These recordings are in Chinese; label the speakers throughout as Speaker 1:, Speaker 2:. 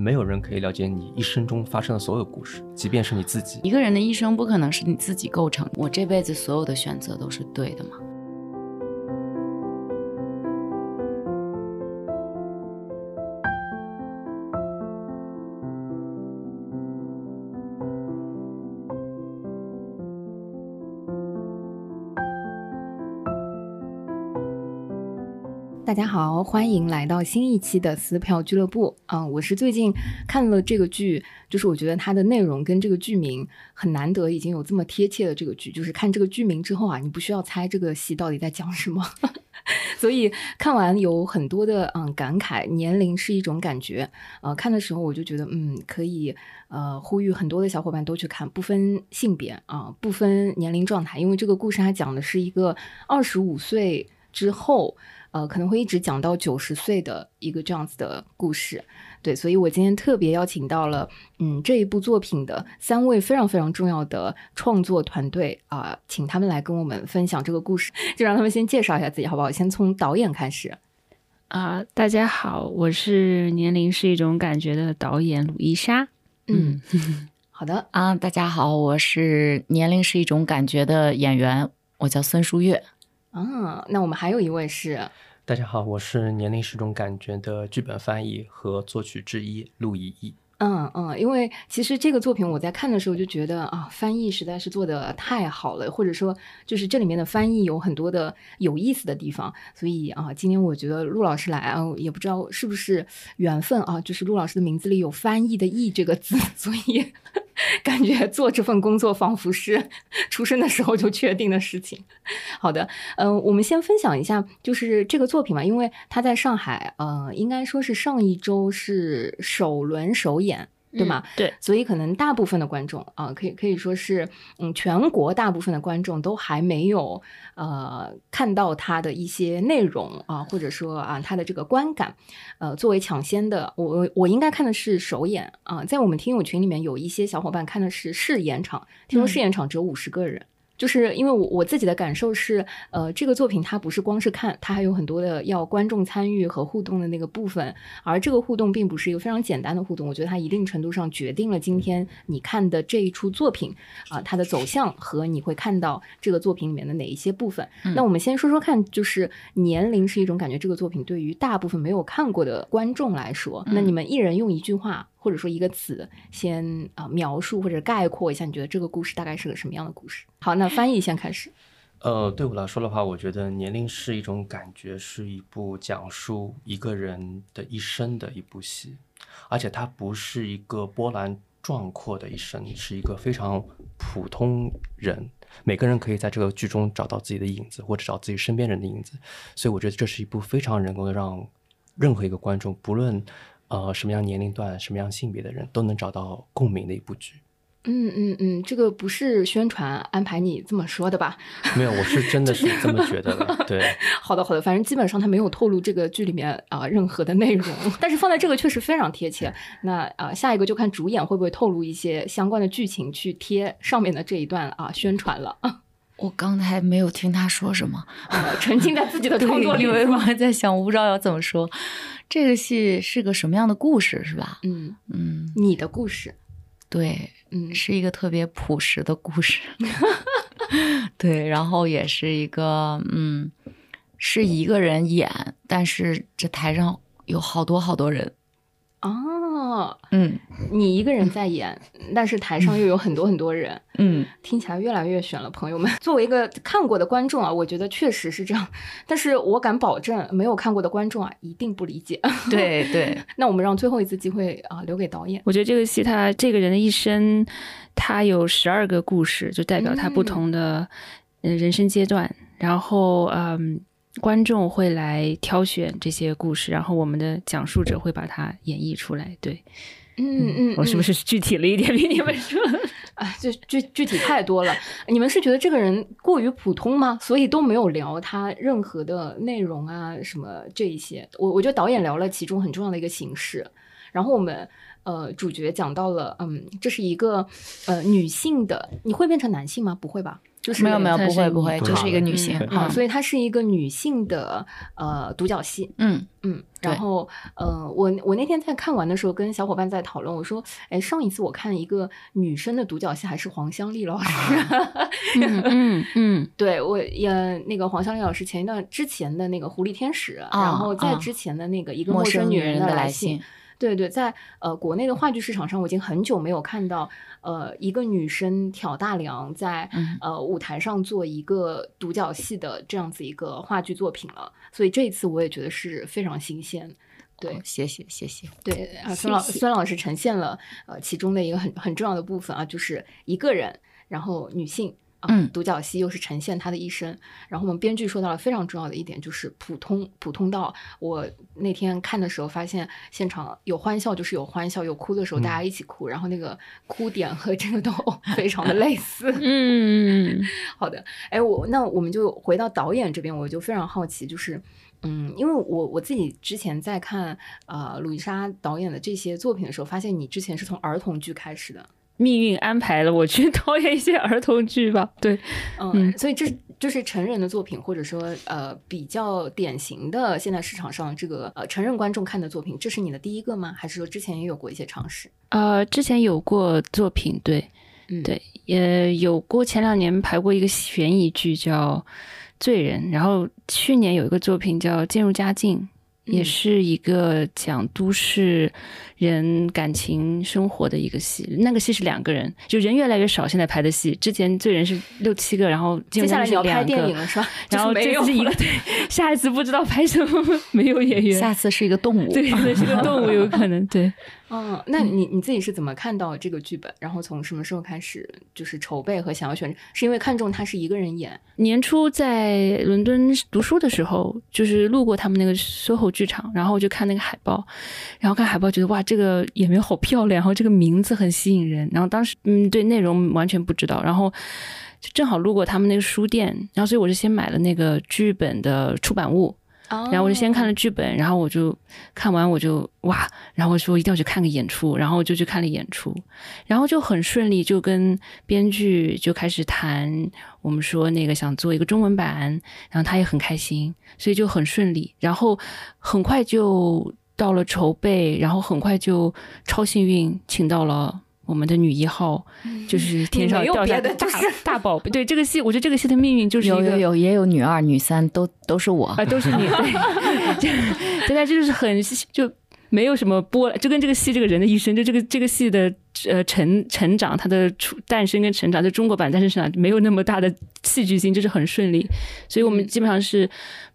Speaker 1: 没有人可以了解你一生中发生的所有故事，即便是你自己。
Speaker 2: 一个人的一生不可能是你自己构成。我这辈子所有的选择都是对的吗？
Speaker 3: 大家好，欢迎来到新一期的撕票俱乐部啊、我是最近看了这个剧，就是我觉得它的内容跟这个剧名很难得，已经有这么贴切的这个剧，就是看这个剧名之后啊，你不需要猜这个戏到底在讲什么。 所以看完有很多的嗯感慨，年龄是一种感觉，呃，看的时候我就觉得嗯可以呃呼吁很多的小伙伴都去看，不分性别啊、不分年龄状态，因为这个故事它讲的是一个二十五岁之后，呃，可能会一直讲到九十岁的一个这样子的故事。对，所以我今天特别邀请到了，嗯，这一部作品的三位非常非常重要的创作团队啊、请他们来跟我们分享这个故事，就让他们先介绍一下自己好不好？先从导演开始。
Speaker 4: 啊、大家好，我是年龄是一种感觉的导演鲁伊莎。嗯，
Speaker 3: 好的，
Speaker 2: 啊，大家好，我是年龄是一种感觉的演员，我叫孙舒月。
Speaker 3: 啊，那我们还有一位是，
Speaker 1: 大家好，我是年龄是种感觉的剧本翻译和作曲之一陆以一。
Speaker 3: 嗯嗯，因为其实这个作品我在看的时候就觉得啊，翻译实在是做的太好了，或者说就是这里面的翻译有很多的有意思的地方，所以啊，今天我觉得陆老师来啊，也不知道是不是缘分啊，就是陆老师的名字里有“翻译”的“译”这个字， 所以感觉做这份工作仿佛是 出生的时候就确定的事情。好的，嗯、我们先分享一下，就是这个作品嘛，因为它在上海，呃，应该说是上一周是首轮首演，对吗？
Speaker 4: 对，
Speaker 3: 所以可能大部分的观众啊、可以可以说是，嗯，全国大部分的观众都还没有呃看到它的一些内容啊、或者说啊它的这个观感。呃，作为抢先的，我我我应该看的是首演啊、在我们听友群里面有一些小伙伴看的是试演场，听说
Speaker 4: 嗯
Speaker 3: 试演场只有五十个人。就是因为我我自己的感受是，呃，这个作品它不是光是看，它还有很多的要观众参与和互动的那个部分，而这个互动并不是一个非常简单的互动，我觉得它一定程度上决定了今天你看的这一出作品啊、它的走向和你会看到这个作品里面的哪一些部分。
Speaker 2: 嗯
Speaker 3: 那我们先说说看，就是年龄是一种感觉，这个作品对于大部分没有看过的观众来说，那
Speaker 2: 嗯
Speaker 3: 你们一人用一句话或者说一个词先啊、呃描述或者概括一下，你觉得这个故事大概是个什么样的故事？好，那翻译先开始。
Speaker 1: 呃，对我来说的话，我觉得年龄是一种感觉，是一部讲述一个人的一生的一部戏，而且它不是一个波澜壮阔的一生，是一个非常普通人，每个人可以在这个剧中找到自己的影子，或者找自己身边人的影子，所以我觉得这是一部非常能够让任何一个观众，不论呃什么样年龄段、什么样性别的人，都能找到共鸣的一部剧。
Speaker 3: 嗯嗯嗯，这个不是宣传安排你这么说的吧？
Speaker 1: 没有，我是真的是这么觉得的，对。
Speaker 3: 好的好的，反正基本上他没有透露这个剧里面啊、任何的内容， 但是放在这个确实非常贴切。那啊、下一个就看主演会不会透露一些相关的剧情去贴上面的这一段啊、宣传了，
Speaker 2: 我刚才没有听他说什么，
Speaker 3: 呃沉浸在自己的
Speaker 2: 对
Speaker 3: 创作里
Speaker 2: 因
Speaker 3: 面
Speaker 2: 为我
Speaker 3: 吧。
Speaker 2: 还在想，我不知道要怎么说。这个戏是个什么样的故事，是吧？
Speaker 3: 嗯，
Speaker 2: 嗯，
Speaker 3: 你的故事，
Speaker 2: 对，
Speaker 3: 嗯
Speaker 2: 是一个特别朴实的故事， 对，然后也是一个嗯，是一个人演，但是这台上有好多好多人，
Speaker 3: 哦，
Speaker 2: 嗯
Speaker 3: 你一个人在演，但是台上又有很多很多人，
Speaker 2: 嗯，
Speaker 3: 听起来越来越悬了，朋友们。 作为一个看过的观众啊，我觉得确实是这样，但是我敢保证，没有看过的观众啊，一定不理解。
Speaker 2: 对对，
Speaker 3: 那我们让最后一次机会啊、留给导演。
Speaker 4: 我觉得这个戏它这个人的一生，他有十二个故事，就代表他不
Speaker 3: 嗯
Speaker 4: 同的呃人生阶段。然后嗯，观众会来挑选这些故事，然后我们的讲述者会把它演绎出来。对，
Speaker 3: 嗯
Speaker 2: 哦
Speaker 3: 嗯，
Speaker 4: 我是
Speaker 3: 嗯
Speaker 4: 不是具体了一点比你们说？
Speaker 3: 哎，这具具体太多了。你们是觉得这个人过于普通吗？所以都没有聊他任何的内容啊，什么这一些。我我觉得导演聊了其中很重要的一个形式，然后我们呃主角讲到了，嗯，这是一个呃女性的，你会变成男性吗？不会吧？就是
Speaker 2: 没有没有
Speaker 4: 她
Speaker 2: 不会
Speaker 4: 是
Speaker 2: 不会，
Speaker 1: 女
Speaker 2: 就是一个
Speaker 1: 的
Speaker 2: 女性
Speaker 4: 嗯，
Speaker 3: 啊，
Speaker 2: 嗯
Speaker 3: 所以它是一个女性的呃独角戏，
Speaker 2: 嗯
Speaker 3: 嗯，
Speaker 2: 对
Speaker 3: 然后呃，我我那天在看完的时候跟小伙伴在讨论，我说，哎，上一次我看一个女生的独角戏还是黄香丽老师，
Speaker 2: 啊
Speaker 4: 嗯嗯嗯
Speaker 3: 对我也那个黄香丽老师前一段之前的那个《狐狸天使》然后在
Speaker 2: 啊
Speaker 3: 之前的那个一个
Speaker 2: 陌
Speaker 3: 生
Speaker 2: 女
Speaker 3: 人
Speaker 2: 的
Speaker 3: 来
Speaker 2: 来信，
Speaker 3: 对对，在呃国内的话剧市场上，我已经很久没有看到呃一个女生挑大梁在、
Speaker 2: 嗯
Speaker 3: 呃舞台上做一个独角戏的这样子一个话剧作品了，所以这一次我也觉得是非常新鲜。对
Speaker 2: 哦谢谢谢谢，
Speaker 3: 对，啊，
Speaker 2: 谢
Speaker 3: 孙老
Speaker 2: 谢
Speaker 3: 孙老师呈现了呃其中的一个很很重要的部分啊，就是一个人，然后女性。啊
Speaker 2: 嗯
Speaker 3: 独角戏又是呈现她的一生。然后我们编剧说到了非常重要的一点，就是普通普通到我那天看的时候，发现现场有欢笑就是有欢笑，有哭的时候大家
Speaker 2: 嗯
Speaker 3: 一起哭，然后那个哭点和这个都 非常的类 似。
Speaker 4: 嗯嗯
Speaker 3: 好的，哎，我那我们就回到导演这边，我就非常好奇，就是，嗯，因为我我自己之前在看呃鲁伊莎导演的这些作品的时候，发现你之前是从儿童剧开始的，
Speaker 4: 命运安排了我去 导演一些儿童剧吧。对，
Speaker 3: 嗯，
Speaker 4: 嗯
Speaker 3: 所以这就是成人的作品，或者说呃比较典型的现在市场上这个呃成人观众看的作品，这是你的第一个吗？还是说之前也有过一些尝试？
Speaker 4: 呃，之前有过作品，对，
Speaker 3: 嗯，
Speaker 4: 对也有过前两年排过一个悬疑剧叫《罪人》，然后去年有一个作品叫《渐入佳境》，也
Speaker 3: 嗯
Speaker 4: 是一个讲都市人感情生活的一个戏。那个戏是两个人，就人越来越少，现在拍的戏，之前《罪人》是六七个，然后进
Speaker 3: 接
Speaker 4: 入
Speaker 3: 下来
Speaker 4: 是
Speaker 3: 你要
Speaker 4: 两
Speaker 3: 拍电
Speaker 4: 个
Speaker 3: 影了是吧？
Speaker 4: 然 后
Speaker 3: 就是没
Speaker 4: 这
Speaker 3: 有
Speaker 4: 次是一
Speaker 3: 了
Speaker 4: 个，对，下一次不知道拍什么，没有演 员，
Speaker 2: 下次是一个动物，
Speaker 4: 对，可能是个动物，有可能对。
Speaker 3: 嗯，那你你自己是怎么看到这个剧本？然后从什么时候开始就是筹备和想要选？是因为看中他是一个人演？
Speaker 4: 年初在伦敦读书的时候，就是路过他们那个 SOHO 剧场，然后我就看那个海报，然后看海报觉得哇，这个演员好漂亮，然后这个名字很吸引人，然后当时嗯对内容完全不知道，然后就正好路过他们那个书店，然后所以我就先买了那个剧本的出版物，
Speaker 3: 哦
Speaker 4: 然后我就先看了剧本，然后我就看完我就哇，然后我说一定要去看个演出，然后我就去看了演出，然后就很顺利，就跟编剧就开始谈，我们说那个想做一个中文版，然后他也很开心，所以就很顺利，然后很快就到了筹备，然后很快就超幸运请到了。我们的女一号就是天上
Speaker 3: 嗯没有
Speaker 4: 掉
Speaker 3: 别
Speaker 4: 下
Speaker 3: 的
Speaker 4: 大
Speaker 3: 就是
Speaker 4: 大宝贝，对这个戏，我觉得这个戏的命运就是一
Speaker 2: 有
Speaker 4: 个
Speaker 2: 有有也有女二、女三，都都是我
Speaker 4: 啊、，都是你，对， 就对，但这就是很就没有什么波，就跟这个戏这个人的一生，就这个这个戏的呃成成长，它的出诞生跟成长，在中国版诞生成长没有那么大的戏剧性，就是很顺利，所以我们
Speaker 3: 嗯
Speaker 4: 基本上是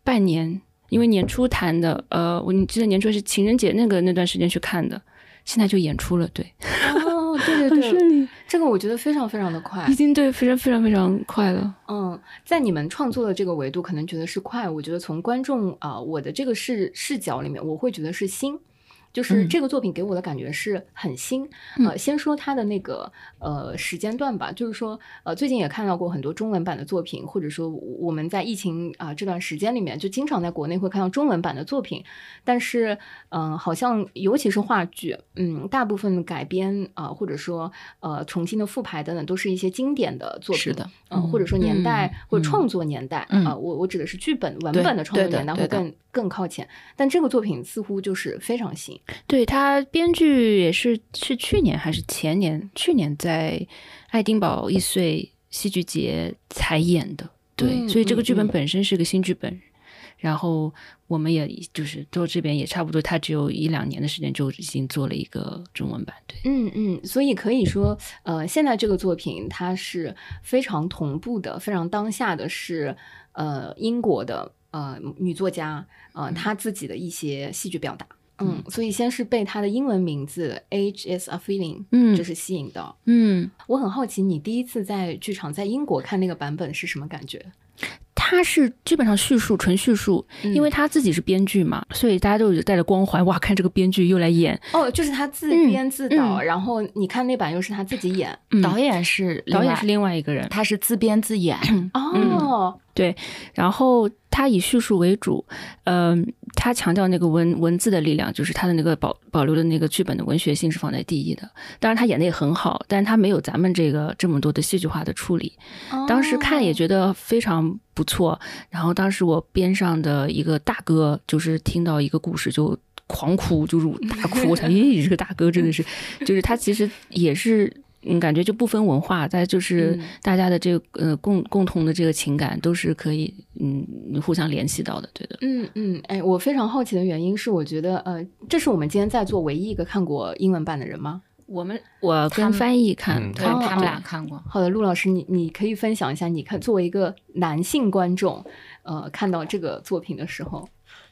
Speaker 4: 半年，因为年初谈的，呃，我你记得年初是情人节那个那段时间去看的，现在就演出了，对，
Speaker 3: 哦，对对
Speaker 4: 很
Speaker 3: 对，
Speaker 4: 顺利，
Speaker 3: 这个我觉得非常非常的快
Speaker 4: 已。经对非常非常非常快了。
Speaker 3: 嗯，在你们创作的这个维度，可能觉得是快，我觉得从观众啊、我的这个视视角里面，我会觉得是新。就是
Speaker 2: 嗯
Speaker 3: 这个作品给我的感觉是很新，呃，先说它的那个呃时间段吧，就是说呃最近也看到过很多中文版的作品，或者说我们在疫情啊、这段时间里面，就经常在国内会看到中文版的作品，但是，嗯、好像尤其是话剧，嗯，大部分改编啊、或者说呃重新的复排等等，都是一些经典的作品，
Speaker 2: 是的，
Speaker 3: 嗯、或者说年代、
Speaker 2: 嗯
Speaker 3: 或
Speaker 2: 嗯
Speaker 3: 者创作年代啊、
Speaker 2: 嗯
Speaker 3: 我我指的是剧本文
Speaker 2: 对
Speaker 3: 本的创作
Speaker 2: 对的
Speaker 3: 年代会
Speaker 2: 对的
Speaker 3: 更更靠前，但这个作品似乎就是非常新，
Speaker 4: 对他编剧也是是去年还是前年？去年在爱丁堡易碎戏剧节才演的，对，
Speaker 3: 嗯
Speaker 4: 所以这个剧本
Speaker 3: 嗯嗯
Speaker 4: 本身是个新剧本。然后我们也就是做这边也差不多，他只有一两年的时间就已经做了一个中文版，对，
Speaker 3: 嗯嗯，所以可以说，呃，现在这个作品它是非常同步的，非常当下的是，呃，英国的呃女作家，呃，
Speaker 2: 嗯
Speaker 3: 她自己的一些戏剧表达。嗯，所以先是被她的英文名字 Age is a feeling，
Speaker 4: 嗯
Speaker 3: 就是吸引到。
Speaker 4: 嗯，
Speaker 3: 我很好奇，你第一次在剧场在英国看那个版本是什么感觉？
Speaker 4: 他是基本上叙述，纯叙述，
Speaker 3: 嗯
Speaker 4: 因为他自己是编剧嘛，所以大家都有带着光环，哇，看这个编剧又来演，
Speaker 3: 哦，就是她自
Speaker 4: 嗯
Speaker 3: 编自导，
Speaker 4: 嗯
Speaker 3: 然后你看那版又是她自己演。
Speaker 4: 嗯
Speaker 2: 导演是
Speaker 4: 导
Speaker 2: 另
Speaker 4: 演
Speaker 2: 外
Speaker 4: 是另外一个人，嗯
Speaker 2: 他是自编自演，
Speaker 3: 哦，
Speaker 4: 然后它以叙述为主，嗯、它强调那个文文字的力量，就是它的那个保保留的那个剧本的文学性是放在第一的。当然，他演的也很好，但是他没有咱们这个这么多的戏剧化的处理。当时看
Speaker 2: 哦
Speaker 4: 也觉得非常不错。然后当时我边上的一个大哥，就是听到一个故事就狂哭，就是大哭。我 想，咦，这个大哥真的是，就是他其实也是。嗯，感觉就不分文化，但就是
Speaker 3: 嗯
Speaker 4: 大家的这个呃共共同的这个情感都是可以嗯互相联系到的，对的。
Speaker 3: 嗯嗯，哎，我非常好奇的原因是，我觉得呃，这是我们今天在座唯一一个看过英文版的人吗？
Speaker 4: 我们我
Speaker 2: 他
Speaker 4: 跟
Speaker 2: 们
Speaker 4: 翻译看，
Speaker 1: 嗯
Speaker 2: 对
Speaker 3: 哦
Speaker 2: 他们俩看过，
Speaker 3: 好的，陆老师，你你可以分享一下，你看作为一个男性观众，呃，看到这个作品的时候，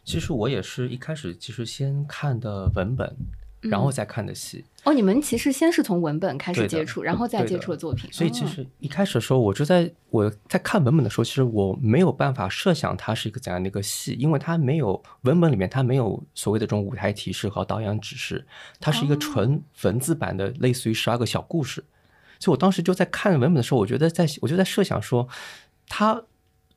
Speaker 1: 其实我也是一开始其实先看的文本，然后再看的戏，
Speaker 3: 哦，你们其实先是从文本开始
Speaker 1: 对的
Speaker 3: 接触，然后再
Speaker 1: 对
Speaker 3: 接
Speaker 1: 的
Speaker 3: 触的作品，
Speaker 1: 所以其
Speaker 3: 哦
Speaker 1: 实一开始的时候，我就在我在看文本的时候，其实我没有办法设想它是一个怎样的一个戏，因为它没有文本里面它没有所谓的这种舞台提示和导演指示，它是一个纯文字版的，类似于十二个小故事。所以我当时就在看文本的时候，我觉得在我就在设想说，它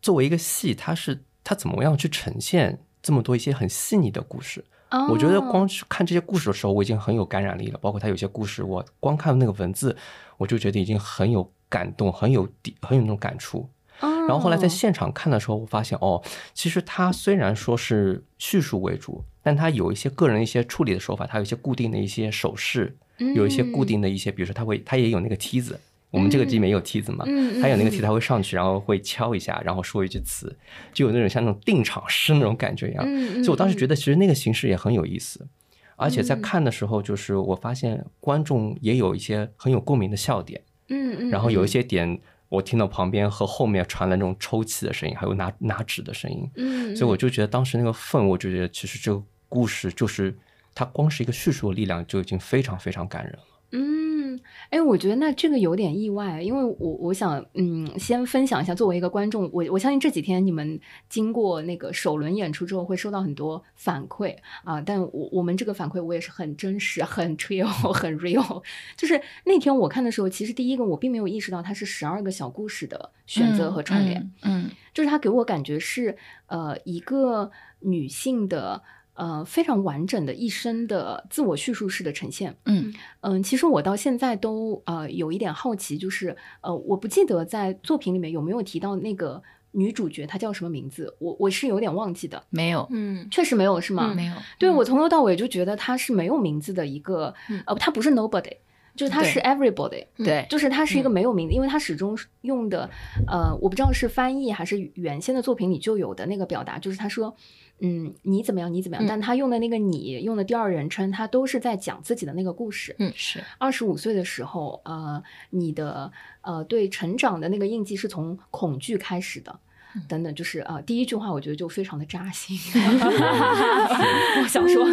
Speaker 1: 作为一个戏，它是它怎么样去呈现这么多一些很细腻的故事。
Speaker 3: 哦
Speaker 1: 我觉得光是看这些故事的时候，我已经很有感染力了。包括他有些故事，我光看那个文字，我就觉得已经很有感动，很有底，很有那种感触。
Speaker 3: 哦，
Speaker 1: 然后后来在现场看的时候，我发现哦，其实它虽然说是叙述为主，但它有一些个人一些处理的手法，它有一些固定的一些手势，
Speaker 3: 嗯
Speaker 1: 有一些固定的一些，比如说它会，它也有那个梯子。我们这个地面也有梯子嘛，
Speaker 3: 嗯
Speaker 1: 它有那个梯，它会上去，然后会敲一下，然后说一句词，就有那种像那种定场诗那种感觉一样。
Speaker 3: 嗯，
Speaker 1: 所
Speaker 3: 嗯
Speaker 1: 以我当时觉
Speaker 3: 得，
Speaker 1: 得其实那个形式也很有意思，而且在看的时候，就是我发现观众也有一些很有共鸣的笑点，
Speaker 3: 嗯嗯，
Speaker 1: 然后有一
Speaker 3: 些，
Speaker 1: 些点我听到旁边和后面传来那种抽泣的声音，还有拿拿纸的声音，
Speaker 3: 嗯，
Speaker 1: 所以我就觉得当时那个氛，我就觉得其实这个故事就是它光是一个叙述的力量就已经非常非常感人了。
Speaker 3: 嗯，哎，我觉得那这个有点意外，因为我我想，嗯，先分享一下，作为一个观众，我我相信这几天你们经过那个首轮演出之后，会收到很多反馈啊，但我我们这个反馈我也是很真实、很 real、很 real。就是那天我看的时候，其实第一个我并没有意识到它是十二个小故事的选择和串联，
Speaker 2: 嗯，嗯
Speaker 3: 就是它给我感觉是呃一个女性的呃非常完整的一生的自我叙述式的呈现。
Speaker 2: 嗯
Speaker 3: 嗯，其实我到现在都呃有一点好奇，就是呃，我不记得在作品里面有没有提到那个女主角她叫什么名字，我我是有点忘记的，
Speaker 2: 没有，
Speaker 4: 嗯，
Speaker 3: 确实没有是吗？
Speaker 2: 没有，
Speaker 3: 对我从头到尾就觉得她是没有名字的一个，
Speaker 4: 嗯
Speaker 3: 呃，她不是 nobody，就是她
Speaker 2: 对
Speaker 3: 是 everybody，
Speaker 2: 对，
Speaker 3: 就是它是一个
Speaker 4: 嗯
Speaker 3: 没有名字，因为它始终用的，呃，我不知道是翻译还是原先的作品里就有的那个表达，就是他说，嗯，你怎么样，你怎么样，
Speaker 4: 嗯
Speaker 3: 但他用的那个你用的第二人称，他都是在讲自己的那个故事。
Speaker 2: 是，
Speaker 3: 二十五岁的时候，呃，你的呃对成长的那个印记是从恐惧开始的。等等，就是啊、呃第一句话我觉得就非常的扎心。我想说，啊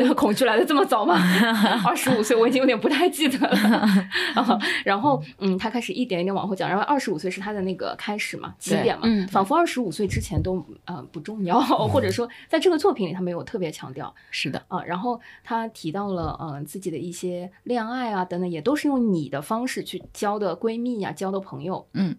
Speaker 3: 那个恐惧来的这么早吗？二十五岁我已经有点不太记得了。啊，然后嗯，他开始一点一点往后讲，然后二十五岁是他的那个开始嘛，起
Speaker 2: 对
Speaker 3: 点嘛，
Speaker 4: 嗯
Speaker 3: 仿佛二十五岁之前都呃不重要， 或者说在这个作品里他没有特别强调。
Speaker 2: 是的，
Speaker 3: 啊，然后他提到了嗯、呃自己的一些恋爱啊等等，也都是用你的方式去交的闺蜜呀、交的朋友，
Speaker 2: 嗯，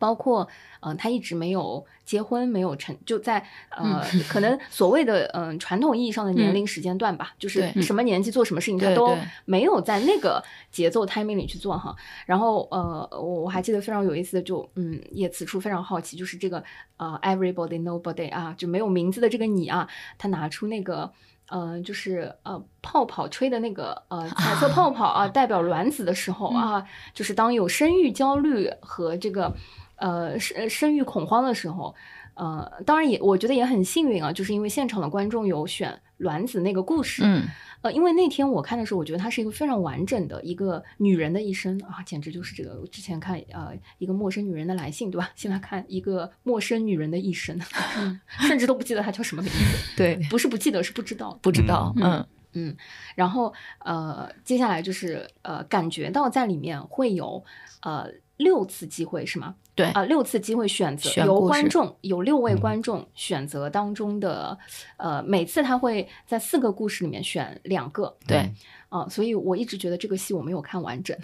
Speaker 3: 包括嗯、呃他一直没有结婚，没有成，就在呃、
Speaker 2: 嗯
Speaker 3: 可能所谓的嗯、呃传统意义上的年
Speaker 4: 嗯
Speaker 3: 龄时间段吧，就
Speaker 2: 对
Speaker 3: 是什么年纪做什么事情，他
Speaker 2: 对
Speaker 3: 都
Speaker 2: 对
Speaker 3: 没有在那个节奏 timing 里去做哈。然后呃，我我还记得非常有意思的就，嗯，也此处非常好奇，就是这个呃，everybody nobody 啊，就没有名字的这个你啊，他拿出那个。呃，就是呃，泡泡吹的那个呃彩色泡泡啊，代表卵子的时候啊，就是当有生育焦虑和这个呃生生育恐慌的时候，呃，当然也我觉得也很幸运啊，就是因为现场的观众有选卵子那个故事，
Speaker 2: 嗯，
Speaker 3: 呃，因为那天我看的时候，我觉得它是一个非常完整的一个女人的一生啊，简直就是这个我之前看呃一个陌生女人的来信，对吧？现在看一个陌生女人的一生， 嗯甚至都不记得她叫什么名字，
Speaker 2: 对，
Speaker 3: 不是不记得，是不知道。
Speaker 2: 不知道，
Speaker 4: 嗯
Speaker 2: 嗯
Speaker 3: 然后呃，接下来就是呃，感觉到在里面会有呃六次机会是吗？
Speaker 2: 对
Speaker 3: 啊、六次机会选择
Speaker 2: 选
Speaker 3: 由
Speaker 2: 故事
Speaker 3: 观众有六位
Speaker 1: 嗯
Speaker 3: 观众选择当中的，呃，每次他会在四个故事里面选两个
Speaker 2: 对，
Speaker 1: 嗯
Speaker 3: 啊、所以我一直觉得这个戏我没有看完整。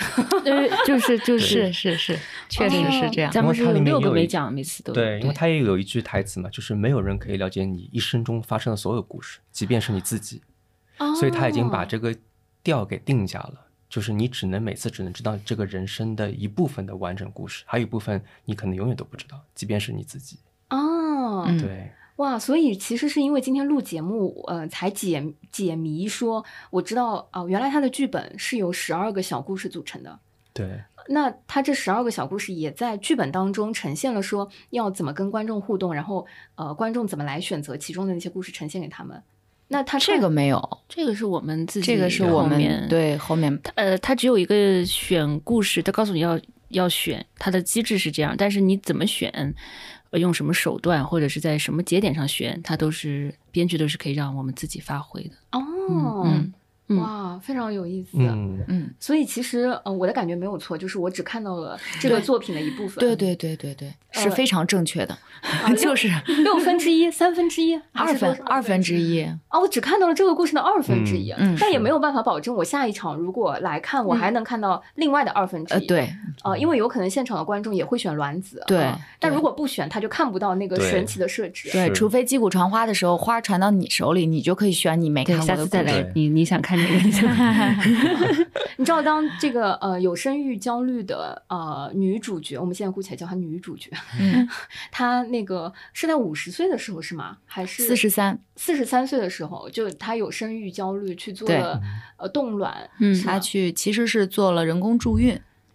Speaker 4: 对， 就是就是是，哦
Speaker 2: 是是，确实是这样。
Speaker 4: 咱们是
Speaker 1: 因为它里面
Speaker 4: 六
Speaker 1: 也
Speaker 4: 个
Speaker 1: 有
Speaker 4: 没
Speaker 1: 一
Speaker 4: 讲，每次都
Speaker 1: 对，因为他也有一句台词嘛，就是没有人可以了解你一生中发生的所有故事，即便是你自己。所以他已
Speaker 2: 哦
Speaker 1: 经把这个调给定下了，就是你只能每次只能知道这个人生的一部分的完整故事，还有一部分你可能永远都不知道，即便是你自己。
Speaker 3: 哦，
Speaker 2: 嗯
Speaker 1: 对，
Speaker 3: 哇，所以其实是因为今天录节目，呃，才解解谜说，我知道啊、原来他的剧本是由十二个小故事组成的。
Speaker 1: 对，
Speaker 3: 那他这十二个小故事也在剧本当中呈现了，说要怎么跟观众互动，然后呃，观众怎么来选择其中的那些故事呈现给他们。那他
Speaker 2: 这个没有，
Speaker 4: 这个是我们自己，
Speaker 2: 这个是我
Speaker 4: 后
Speaker 2: 们
Speaker 4: 面，
Speaker 2: 对后面
Speaker 4: 它呃，它只有一个选故事，它告诉你要要选，它的机制是这样，但是你怎么选，呃用什么手段，或者是在什么节点上选，它都是编剧都是可以让我们自己发挥的。
Speaker 3: 哦，
Speaker 2: 嗯
Speaker 4: 嗯
Speaker 3: 哇，非常有意思。
Speaker 1: 嗯，
Speaker 2: 嗯，
Speaker 3: 所以其实呃，我的感觉没有错，就是我只看到了这个
Speaker 2: 对
Speaker 3: 作品的一部分。
Speaker 2: 对对对对对，是
Speaker 3: 呃
Speaker 2: 非常正确的，
Speaker 3: 啊，
Speaker 2: 就
Speaker 3: 六
Speaker 2: 是
Speaker 3: 六分之一、三分之一、还
Speaker 2: 二
Speaker 3: 是多
Speaker 2: 分
Speaker 3: 少
Speaker 2: 二分之一，
Speaker 3: 啊，我只看到了这个故事的二分之一，啊
Speaker 2: 嗯嗯
Speaker 3: 但也
Speaker 1: 是
Speaker 3: 没有办法保证我下一场如果来看，我还能看到另外的二分之一。
Speaker 2: 呃，对
Speaker 3: 啊、因为有可能现场的观众也会选卵子，
Speaker 2: 对
Speaker 3: 啊但
Speaker 2: 对
Speaker 3: 如果不选，他就看不到那个
Speaker 1: 对
Speaker 3: 神奇的设置。
Speaker 2: 对，
Speaker 1: 是
Speaker 2: 除非击鼓传花的时候，花传到你手里，你就可以选你没看
Speaker 4: 对，
Speaker 2: 过
Speaker 4: 下
Speaker 2: 的
Speaker 4: 次
Speaker 2: 故
Speaker 4: 再
Speaker 2: 事
Speaker 4: 来
Speaker 1: 对，
Speaker 4: 你你想看哪个？你想 看哪个
Speaker 3: 你知道，当这个呃有生育焦虑的呃女主角，我们现在姑且叫她女主角，
Speaker 2: 嗯，
Speaker 3: 她那个是在五十岁的时候是吗？还是
Speaker 2: 四十三，
Speaker 3: 四十三岁的时候，就她有生育焦虑去做
Speaker 2: 对
Speaker 3: 了呃冻卵，
Speaker 4: 嗯
Speaker 3: 是吗
Speaker 2: 他去其实是做了人工助孕，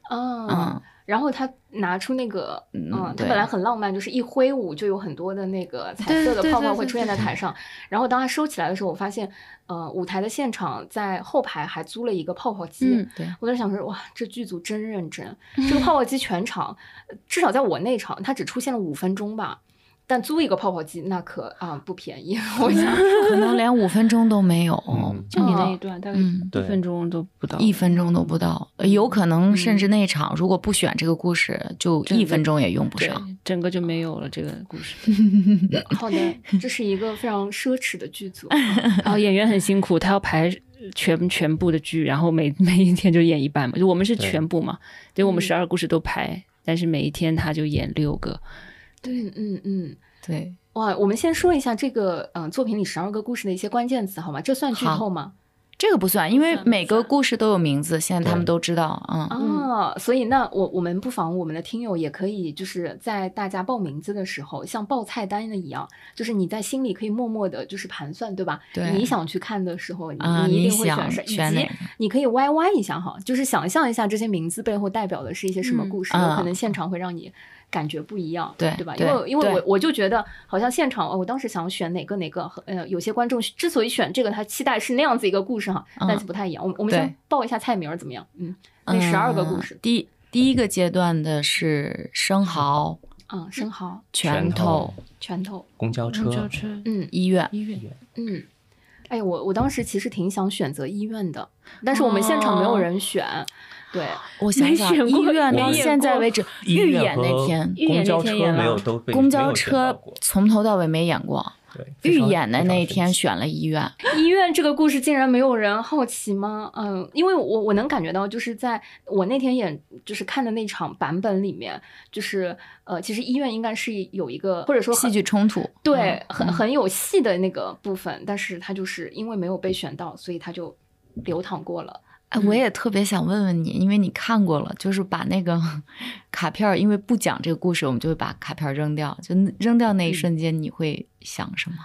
Speaker 3: 啊，
Speaker 2: 嗯，
Speaker 3: 然后她拿出那个
Speaker 2: 嗯
Speaker 3: 嗯，她
Speaker 2: 对
Speaker 3: 本来很浪漫，就是一挥舞就有很多的那个彩色的
Speaker 4: 对对
Speaker 3: 泡泡
Speaker 4: 对
Speaker 3: 会
Speaker 4: 对
Speaker 3: 出现在
Speaker 4: 对对
Speaker 3: 台上。然后当她收起来的时候，我发现，呃，舞台的现场在后排还租了一个泡泡机
Speaker 4: 嗯。
Speaker 2: 对，
Speaker 3: 我在想说，哇，这剧组真认 真。这个泡泡机全场，呃至少在我那场，它只出现了五分钟吧。但租一个泡泡机那可啊、不便宜， 我想。
Speaker 2: 可能连五分钟都没有，
Speaker 1: 嗯
Speaker 4: 就你那
Speaker 3: 哦
Speaker 4: 一段，大概
Speaker 2: 嗯
Speaker 4: 一
Speaker 1: 对
Speaker 4: 分钟都不到，
Speaker 2: 一分钟都不到，呃有可能甚至那一场如果不选这个故事，就
Speaker 4: 真
Speaker 2: 一
Speaker 4: 的
Speaker 2: 分钟也用不
Speaker 4: 嗯对
Speaker 2: 上。，
Speaker 4: 整个就没有了这个故事。
Speaker 3: 好的，这是一个非常奢侈的剧 组。
Speaker 4: 然后哦演员很辛苦，他要排全全部的剧，然后每每一天就演一半嘛。就我们是
Speaker 1: 对
Speaker 4: 全部嘛，对，我们
Speaker 3: 嗯
Speaker 4: 十二故事都排，但是每一天他就演六个。
Speaker 3: 对，嗯嗯。
Speaker 2: 对，
Speaker 3: 哇，我们先说一下这个嗯、呃作品里十二个故事的一些关键词好吗？这算剧
Speaker 2: 好
Speaker 3: 透吗？
Speaker 2: 这个不算，因为
Speaker 4: 不算
Speaker 2: 每个故事都有名字，现在他们
Speaker 1: 对
Speaker 2: 都知道，嗯，
Speaker 3: 啊，所以那我我们不妨我们的听友也可以就是在大家报名字的时候，像报菜单的一样，就是你在心里可以默默的就是盘算，对吧？
Speaker 2: 对
Speaker 3: 你想去看的时候，你,、
Speaker 2: 啊，
Speaker 3: 一
Speaker 2: 你
Speaker 3: 定会
Speaker 2: 想
Speaker 3: 选谁，
Speaker 2: 选
Speaker 3: 以
Speaker 2: 哪
Speaker 3: 及
Speaker 2: 个？
Speaker 3: 你可以 YY 一下哈，就是想象一下这些名字背后代表的是一些什么
Speaker 4: 嗯
Speaker 3: 故事，有
Speaker 2: 啊
Speaker 3: 可能现场会让你感觉不一样，
Speaker 2: 对
Speaker 3: 对吧？因
Speaker 2: 对
Speaker 3: 为因为我
Speaker 2: 对
Speaker 3: 我就觉得好像现场，哦我当时想选哪个哪个，呃，有些观众之所以选这个，他期待是那样子一个故事哈，
Speaker 2: 嗯
Speaker 3: 但是不太一样。我们我们
Speaker 2: 对
Speaker 3: 先报一下菜名儿怎么样？嗯，那十二个故
Speaker 2: 嗯
Speaker 3: 事
Speaker 2: 第一第一个阶段的是生蚝、
Speaker 3: 啊，生蚝、
Speaker 2: 拳头、
Speaker 3: 拳头，
Speaker 1: 公交车，
Speaker 4: 车
Speaker 3: 嗯
Speaker 2: 医院，
Speaker 4: 医院
Speaker 3: 嗯。哎呀，我我当时其实挺想选择医院的，但是我们现场没有
Speaker 4: 哦
Speaker 3: 人选，对，
Speaker 2: 我想想
Speaker 4: 没，选
Speaker 2: 医
Speaker 4: 过
Speaker 2: 院
Speaker 4: 没
Speaker 2: 到
Speaker 4: 演
Speaker 2: 现在
Speaker 4: 过
Speaker 2: 为止，
Speaker 1: 医
Speaker 2: 预
Speaker 1: 院
Speaker 2: 演那
Speaker 1: 和
Speaker 2: 天，
Speaker 4: 预
Speaker 1: 公
Speaker 4: 演那
Speaker 1: 交
Speaker 4: 天
Speaker 1: 车
Speaker 4: 演
Speaker 1: 没有
Speaker 4: 了
Speaker 1: 都被
Speaker 2: 公
Speaker 1: 没
Speaker 2: 交
Speaker 1: 有选到
Speaker 2: 车
Speaker 1: 过
Speaker 2: 从头到尾没演过，
Speaker 1: 对非
Speaker 2: 预
Speaker 1: 常
Speaker 2: 演的
Speaker 1: 非常
Speaker 2: 那一
Speaker 1: 神
Speaker 2: 天
Speaker 1: 奇
Speaker 2: 选了医院，
Speaker 3: 医院这个故事竟然没有人好奇吗？嗯，因为我我能感觉到，就是在我那天演就是看的那场版本里面，就是呃，其实医院应该是有一个或者说
Speaker 2: 戏
Speaker 3: 很
Speaker 2: 剧冲突，
Speaker 3: 对、
Speaker 2: 嗯
Speaker 3: 很
Speaker 2: 嗯
Speaker 3: 很有戏的那个部分，但是他就是因为没有被选到，所以他就流淌过了。
Speaker 2: 哎，我也特别想问问你，因为你看过了，就是把那个 卡片儿，因为不讲这个故事，我们就会把卡片儿扔掉。就那扔掉那一瞬间，你会想什么？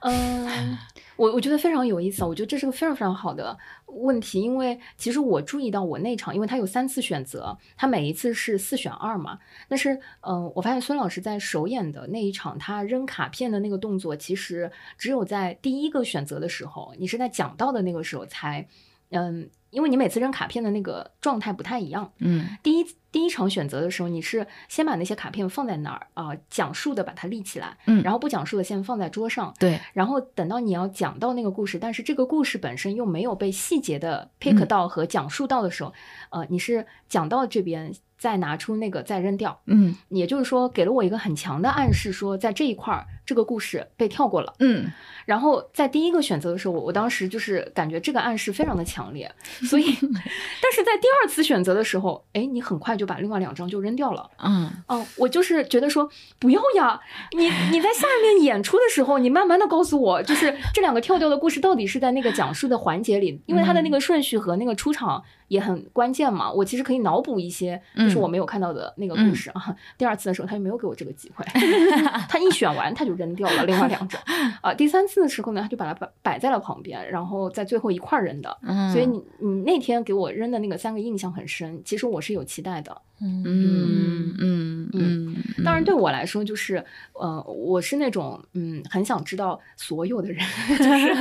Speaker 3: 嗯，我我觉得非常有意思啊，我觉得这是个非常非常好的问题，因为其实我注意到我那场，因为他有三次选择，他每一次是四选二嘛，但是嗯、呃我发现孙老师在首演的那一场，他扔卡片的那个动作，其实只有在第一个选择的时候，你是在讲到的那个时候才，嗯，因为你每次扔卡片的那个状态不太一样，
Speaker 2: 嗯，
Speaker 3: 第一第一场选择的时候，你是先把那些卡片放在那儿啊、讲述的把它立起来，
Speaker 2: 嗯
Speaker 3: 然后不讲述的先放在桌上，
Speaker 2: 对，
Speaker 3: 然后等到你要讲到那个故事，但是这个故事本身又没有被细节的 pick 到和讲述到的时候，呃，你是讲到这边，再拿出那个再扔掉。
Speaker 2: 嗯
Speaker 3: 也就是说，给了我一个很强的暗示，说在这一块儿这个故事被跳过了。
Speaker 2: 嗯，
Speaker 3: 然后在第一个选择的时候，我我当时就是感觉这个暗示非常的强烈，所以，但是在第二次选择的时候，哎，你很快就把另外两张就扔掉了。
Speaker 2: 嗯，
Speaker 3: 哦，我就是觉得说不要呀，你你在下面演出的时候，你慢慢的告诉我，就是这两个跳掉的故事到底是在那个讲述的环节里，因为它的
Speaker 2: 嗯
Speaker 3: 那个顺序和那个出场也很关键嘛。我其实可以脑补一些，就是
Speaker 2: 嗯
Speaker 3: 我没有看到的那个故事啊。第二次的时候，他就没有给我这个机会， 他一选完他就扔掉了另外 两张啊。第三次的时候呢，他就把它摆摆在了旁边，然后在最后一块儿扔的。
Speaker 2: 嗯
Speaker 3: 所以你你那天给我扔的那个三个印象很深，其实我是有期待的。
Speaker 2: 嗯嗯嗯，嗯
Speaker 3: 当然，对我来说，就是呃，我是那种嗯，很想知道所有的人， 就是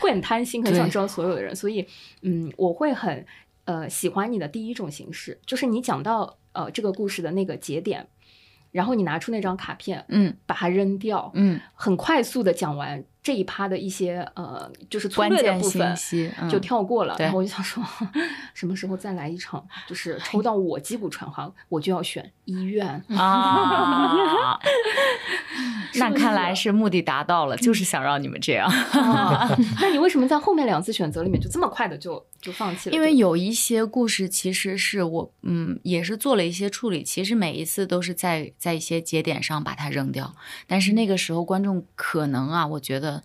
Speaker 3: 会很贪心，很想知道所有的人，所以嗯，我会很呃喜欢你的第一种形式，就是你讲到呃这个故事的那个节点，然后你拿出那张卡片，
Speaker 2: 嗯
Speaker 3: 把它扔掉，
Speaker 2: 嗯，
Speaker 3: 很快速的讲完这一趴的一些呃就是粗
Speaker 2: 关
Speaker 3: 略的
Speaker 2: 键
Speaker 3: 部分
Speaker 2: 信。息嗯
Speaker 3: 就跳过了，
Speaker 2: 对
Speaker 3: 然后我就想说， 什么时候再来一场？就是
Speaker 2: 哎
Speaker 3: 抽到我击鼓传花，我就要选医院。
Speaker 2: 啊。
Speaker 3: 是
Speaker 2: 那
Speaker 3: 不
Speaker 2: 看
Speaker 3: 是
Speaker 2: 来是目嗯的达到了，就是想让你们这样。
Speaker 3: 啊，那你为什么在后面两次选择里面就这么快的就就放弃了？
Speaker 2: 因为有一些故事，其实是我嗯也是做了一些处理，其实每一次都是在在一些节点上把它扔掉，但是那个时候观众可能啊，我觉得。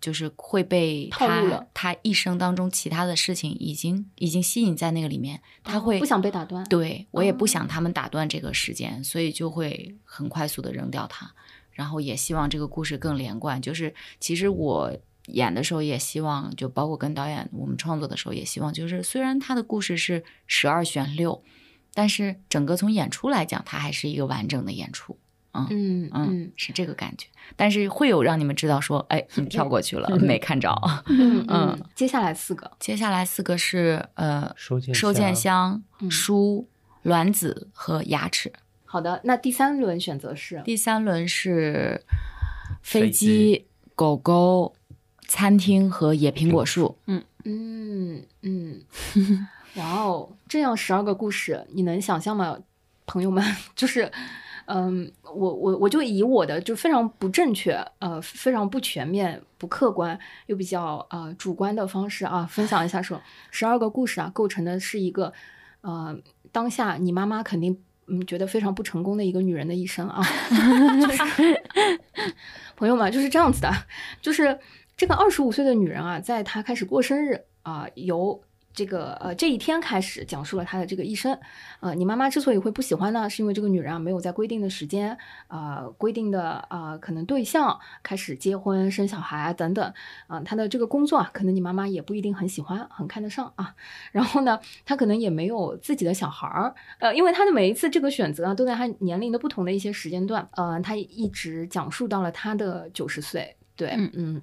Speaker 2: 就是会被
Speaker 3: 套
Speaker 2: 他
Speaker 3: 路了
Speaker 2: 他一生当中其他的事情已经已经吸引在那个里面，他会
Speaker 3: 哦不想被打断。
Speaker 2: 对我也不
Speaker 3: 哦
Speaker 2: 想他们打断这个时间，所以就会很快速的扔掉它。然后也希望这个故事更连贯。就是其实我演的时候也希望，就包括跟导演我们创作的时候也希望，就是虽然他的故事是十二选六，但是整个从演出来讲，它还是一个完整的演出。
Speaker 3: 嗯
Speaker 2: 嗯
Speaker 3: 嗯，
Speaker 2: 是这个感觉。但是会有让你们知道说，哎，你跳过去了，没看着。
Speaker 3: 嗯
Speaker 2: 嗯
Speaker 3: 嗯。接下来四个，
Speaker 2: 接下来四个是呃，
Speaker 1: 收件
Speaker 2: 收件箱、
Speaker 3: 嗯
Speaker 2: 书、卵子和牙齿。
Speaker 3: 好的，那第三轮选择是
Speaker 2: 第三轮是飞
Speaker 1: 飞
Speaker 2: 机
Speaker 1: 机、
Speaker 2: 狗狗、餐厅和野苹果树。
Speaker 3: 嗯嗯，哇哦，这样十二个故事，你能想象吗，朋友们？ 就是，嗯，我我我就以我的就非常不正确，呃，非常不全面、不客观又比较呃主观的方式啊，分享一下说，十二个故事啊，构成的是一个，呃，当下你妈妈肯定。嗯，觉得非常不成功的一个女人的一生啊， 就是 朋友们就是这样子的，就是这个二十五岁的女人啊，在她开始过生日啊、由这个呃这一天开始讲述了她的这个一生。呃，你妈妈之所以会不喜欢呢，是因为这个女人啊没有在规定的时间啊、呃规定的啊、呃可能对象开始结婚、生小孩啊等等啊、她的这个工作啊，可能你妈妈也不一定很喜欢、很看得上啊。然后呢，她可能也没有自己的小孩儿，呃，因为她的每一次这个选择啊，都在她年龄的不同的一些时间段，呃，她一直讲述到了她的九十岁，对，
Speaker 4: 嗯
Speaker 3: 嗯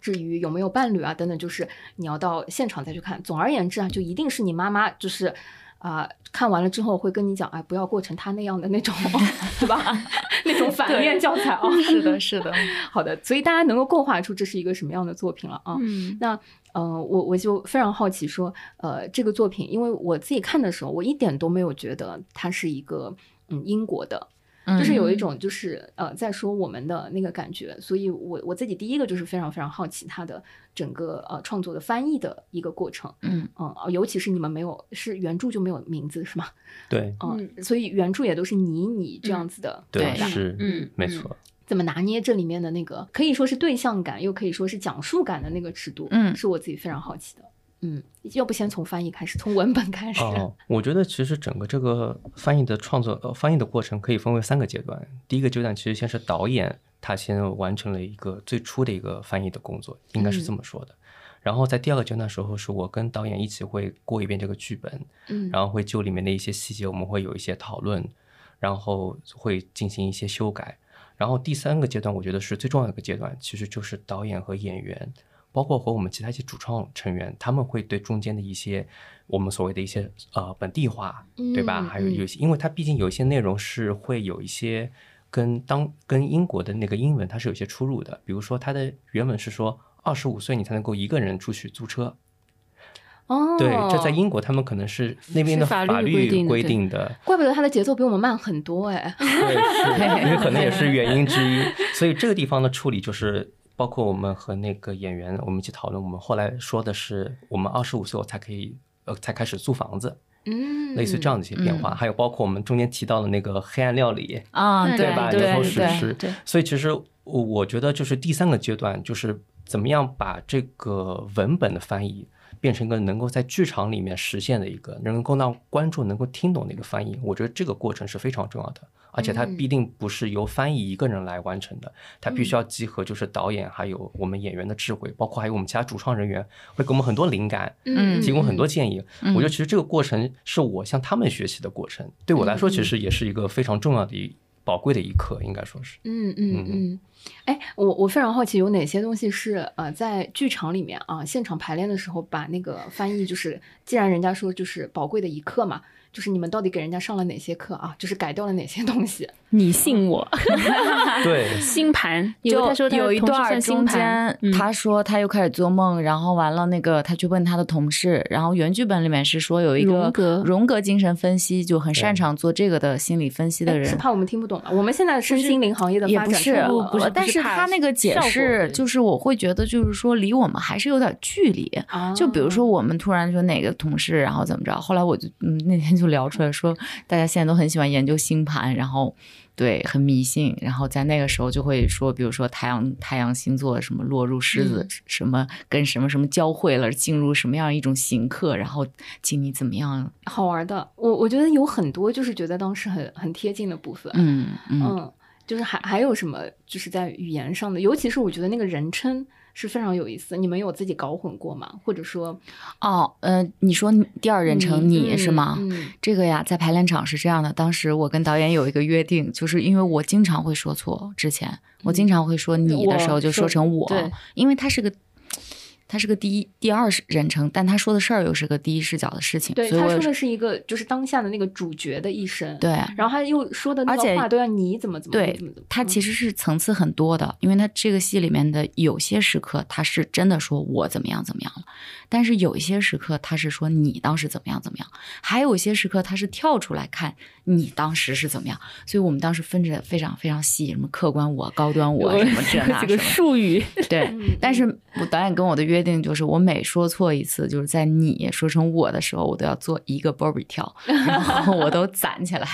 Speaker 3: 至于有没有伴侣啊等等，就是你要到现场再去看。总而言之啊，就一定是你妈妈就是。啊、看完了之后会跟你讲，哎，不要过成她那样的那种， 对吧？ 那种反面教材啊、
Speaker 2: 是的，是的，
Speaker 3: 好的，所以大家能够构画出这是一个什么样的作品了啊？
Speaker 4: 嗯
Speaker 3: 那呃，我我就非常好奇说，呃，这个作品，因为我自己看的时候，我一点都没有觉得它是一个嗯英国的，
Speaker 2: 嗯
Speaker 3: 就是有一种就是呃在说我们的那个感觉，所以我我自己第一个就是非常非常好奇它的整个呃创作的翻译的一个过程，
Speaker 2: 嗯
Speaker 3: 嗯、呃尤其是你们没有是原著就没有名字是吗？
Speaker 1: 对
Speaker 3: 嗯、所以原著也都是你你这样子的，
Speaker 2: 对
Speaker 3: 吧？
Speaker 1: 是，
Speaker 4: 嗯
Speaker 1: 没错，
Speaker 3: 怎么拿捏这里面的那个，可以说是对象感，又可以说是讲述感的那个尺度，
Speaker 2: 嗯
Speaker 3: 是我自己非常好奇的。嗯，要不先从翻译开始，从文本开始。
Speaker 1: 哦，我觉得其实整个这个翻译的创作、呃、翻译的过程可以分为三个阶段。第一个阶段其实先是导演他先完成了一个最初的一个翻译的工作，应该是这
Speaker 3: 嗯
Speaker 1: 么说的。然后在第二个阶段的时候，是我跟导演一起会过一遍这个剧本，
Speaker 3: 嗯，
Speaker 1: 然后会就里面的一些细节，我们会有一些讨论，然后会进行一些修改。然后第三个阶段，我觉得是最重要的一个阶段，其实就是导演和演员，包括和我们其他一些主创成员，他们会对中间的一些我们所谓的一些呃本地化，对吧？
Speaker 3: 嗯
Speaker 1: 还有
Speaker 3: 嗯
Speaker 1: 有一些，因为它毕竟有一些内容是会有一些跟当跟英国的那个英文它是有一些出入的，比如说它的原文是说。二十五岁你才能够一个人出去租车，
Speaker 3: 哦，
Speaker 1: 对，这在英国他们可能是那边的
Speaker 4: 是法律
Speaker 1: 法
Speaker 4: 规定
Speaker 1: 律
Speaker 4: 的
Speaker 1: 规
Speaker 4: 对
Speaker 1: 定 的，
Speaker 3: 怪不得他的节奏比我们慢很多哎。
Speaker 1: 对，是，因为可能也是原因之一。所以这个地方的处理就是，包括我们和那个演员，我们一起讨论，我们后来说的是，我们二十五岁我才可以，呃，才开始租房子，
Speaker 3: 嗯，
Speaker 1: 类似这样的一些变化。还有包括我们中间提到的那个黑暗料理，
Speaker 2: 啊，
Speaker 4: 对
Speaker 2: 对
Speaker 1: 吧？
Speaker 2: 对
Speaker 1: 牛头
Speaker 2: 对
Speaker 1: 史诗，
Speaker 4: 对
Speaker 1: 所以其实我我觉得就是第三个阶段，就是怎么样把这个文本的翻译变成一个能够在剧场里面实现的一个，能够让观众能够听懂的一个翻译。我觉得这个过程是非常重要的，而且它
Speaker 3: 嗯
Speaker 1: 必定不是由翻译一个人来完成的，它必
Speaker 2: 嗯
Speaker 1: 须要集合就是导演还有我们演员的智慧，包括还有我们其他主创人员会给我们很多灵感，
Speaker 2: 嗯
Speaker 1: 提供很多建议。
Speaker 2: 嗯
Speaker 1: 我觉得其实这个过程是我向他们学习的过程，对我来
Speaker 2: 嗯
Speaker 1: 说其实也是一个非常重要的一、宝贵的一课，应该说 是。
Speaker 3: 嗯嗯
Speaker 1: 嗯
Speaker 3: 嗯，哎，我我非常好奇，有哪些东西是呃，在剧场里面啊，现场排练的时候，把那个翻译，就是既然人家说就是宝贵的一课嘛，就是你们到底给人家上了哪些课啊？就是改掉了哪些东西？
Speaker 4: 你信我，
Speaker 1: 对，
Speaker 4: 星盘，因为
Speaker 2: 就
Speaker 4: 他说他
Speaker 2: 有
Speaker 4: 的
Speaker 2: 一
Speaker 4: 同事
Speaker 2: 段儿
Speaker 4: 算
Speaker 2: 中
Speaker 4: 星
Speaker 2: 间
Speaker 4: 盘，嗯，
Speaker 2: 他说他又开始做梦，然后完了那个他去问他的同事，然后原剧本里面是说有一个
Speaker 4: 荣格
Speaker 2: 荣格精神分析，就很擅长做这个的心理分析的
Speaker 3: 哎是
Speaker 2: 人。
Speaker 3: 怕我们听不懂吧？我们现在身心灵行业的
Speaker 2: 也
Speaker 3: 发
Speaker 2: 不
Speaker 3: 展
Speaker 2: 是呃
Speaker 3: 太
Speaker 4: 不
Speaker 3: 好了
Speaker 4: 不是
Speaker 2: 但是
Speaker 4: 怕
Speaker 2: 他那个解
Speaker 4: 效果
Speaker 2: 释，
Speaker 4: 对
Speaker 2: 就是我会觉得，就是说离我们还是有点距离。
Speaker 3: 啊
Speaker 2: 就比如说，我们突然说哪个同事，然后怎么着，后来我就嗯那天就聊出来说，大家现在都很喜欢研究星盘，然后对很迷信，然后在那个时候就会说，比如说太阳太阳星座什么落入狮子，什么跟什么什么交汇了，进入什么样一种行客，然后请你怎么样，
Speaker 3: 好玩的，我我觉得有很多就是觉得当时很很贴近的部分，
Speaker 2: 嗯嗯
Speaker 3: 嗯，就是还还有什么，就是在语言上的，尤其是我觉得那个人称是非常有意思。你们有自己搞混过吗？或者说
Speaker 2: 哦呃，你说第二人称你是吗？
Speaker 3: 嗯嗯
Speaker 2: 这个呀，在排练场是这样的。当时我跟导演有一个约定，就是因为我经常会说错，之前我
Speaker 3: 嗯
Speaker 2: 经常会说你的时候就说成我，
Speaker 4: 对
Speaker 2: 因为他是个他是个第一第二人称，但他说的事儿又是个第一视角的事情，
Speaker 3: 对，
Speaker 2: 所以
Speaker 3: 他
Speaker 2: 我
Speaker 3: 说的是一个就是当下的那个主角的一生，，
Speaker 2: 对。
Speaker 3: 然后他又说的那
Speaker 2: 而且
Speaker 3: 个话都要你怎么怎么
Speaker 2: 对
Speaker 3: 怎么怎嗯么，
Speaker 2: 他其
Speaker 3: 实
Speaker 2: 实是层次很多的，因为他这个戏里面的有些时刻，他是真的说我怎么样怎么样了，但是有一些时刻他是说你当时怎么样怎么样，还有一些时刻他是跳出来看你当时是怎么样，所以我们当时分着非常非常细，什么客观我、高端我什么 这 那什
Speaker 4: 这个
Speaker 2: 么
Speaker 4: 术语，
Speaker 2: 对。
Speaker 3: 嗯
Speaker 2: 但是我导演跟我的约定就是，我每说错一次，就是在你说成我的时候，我都要做一个 Bobby 跳，然后我都攒起来，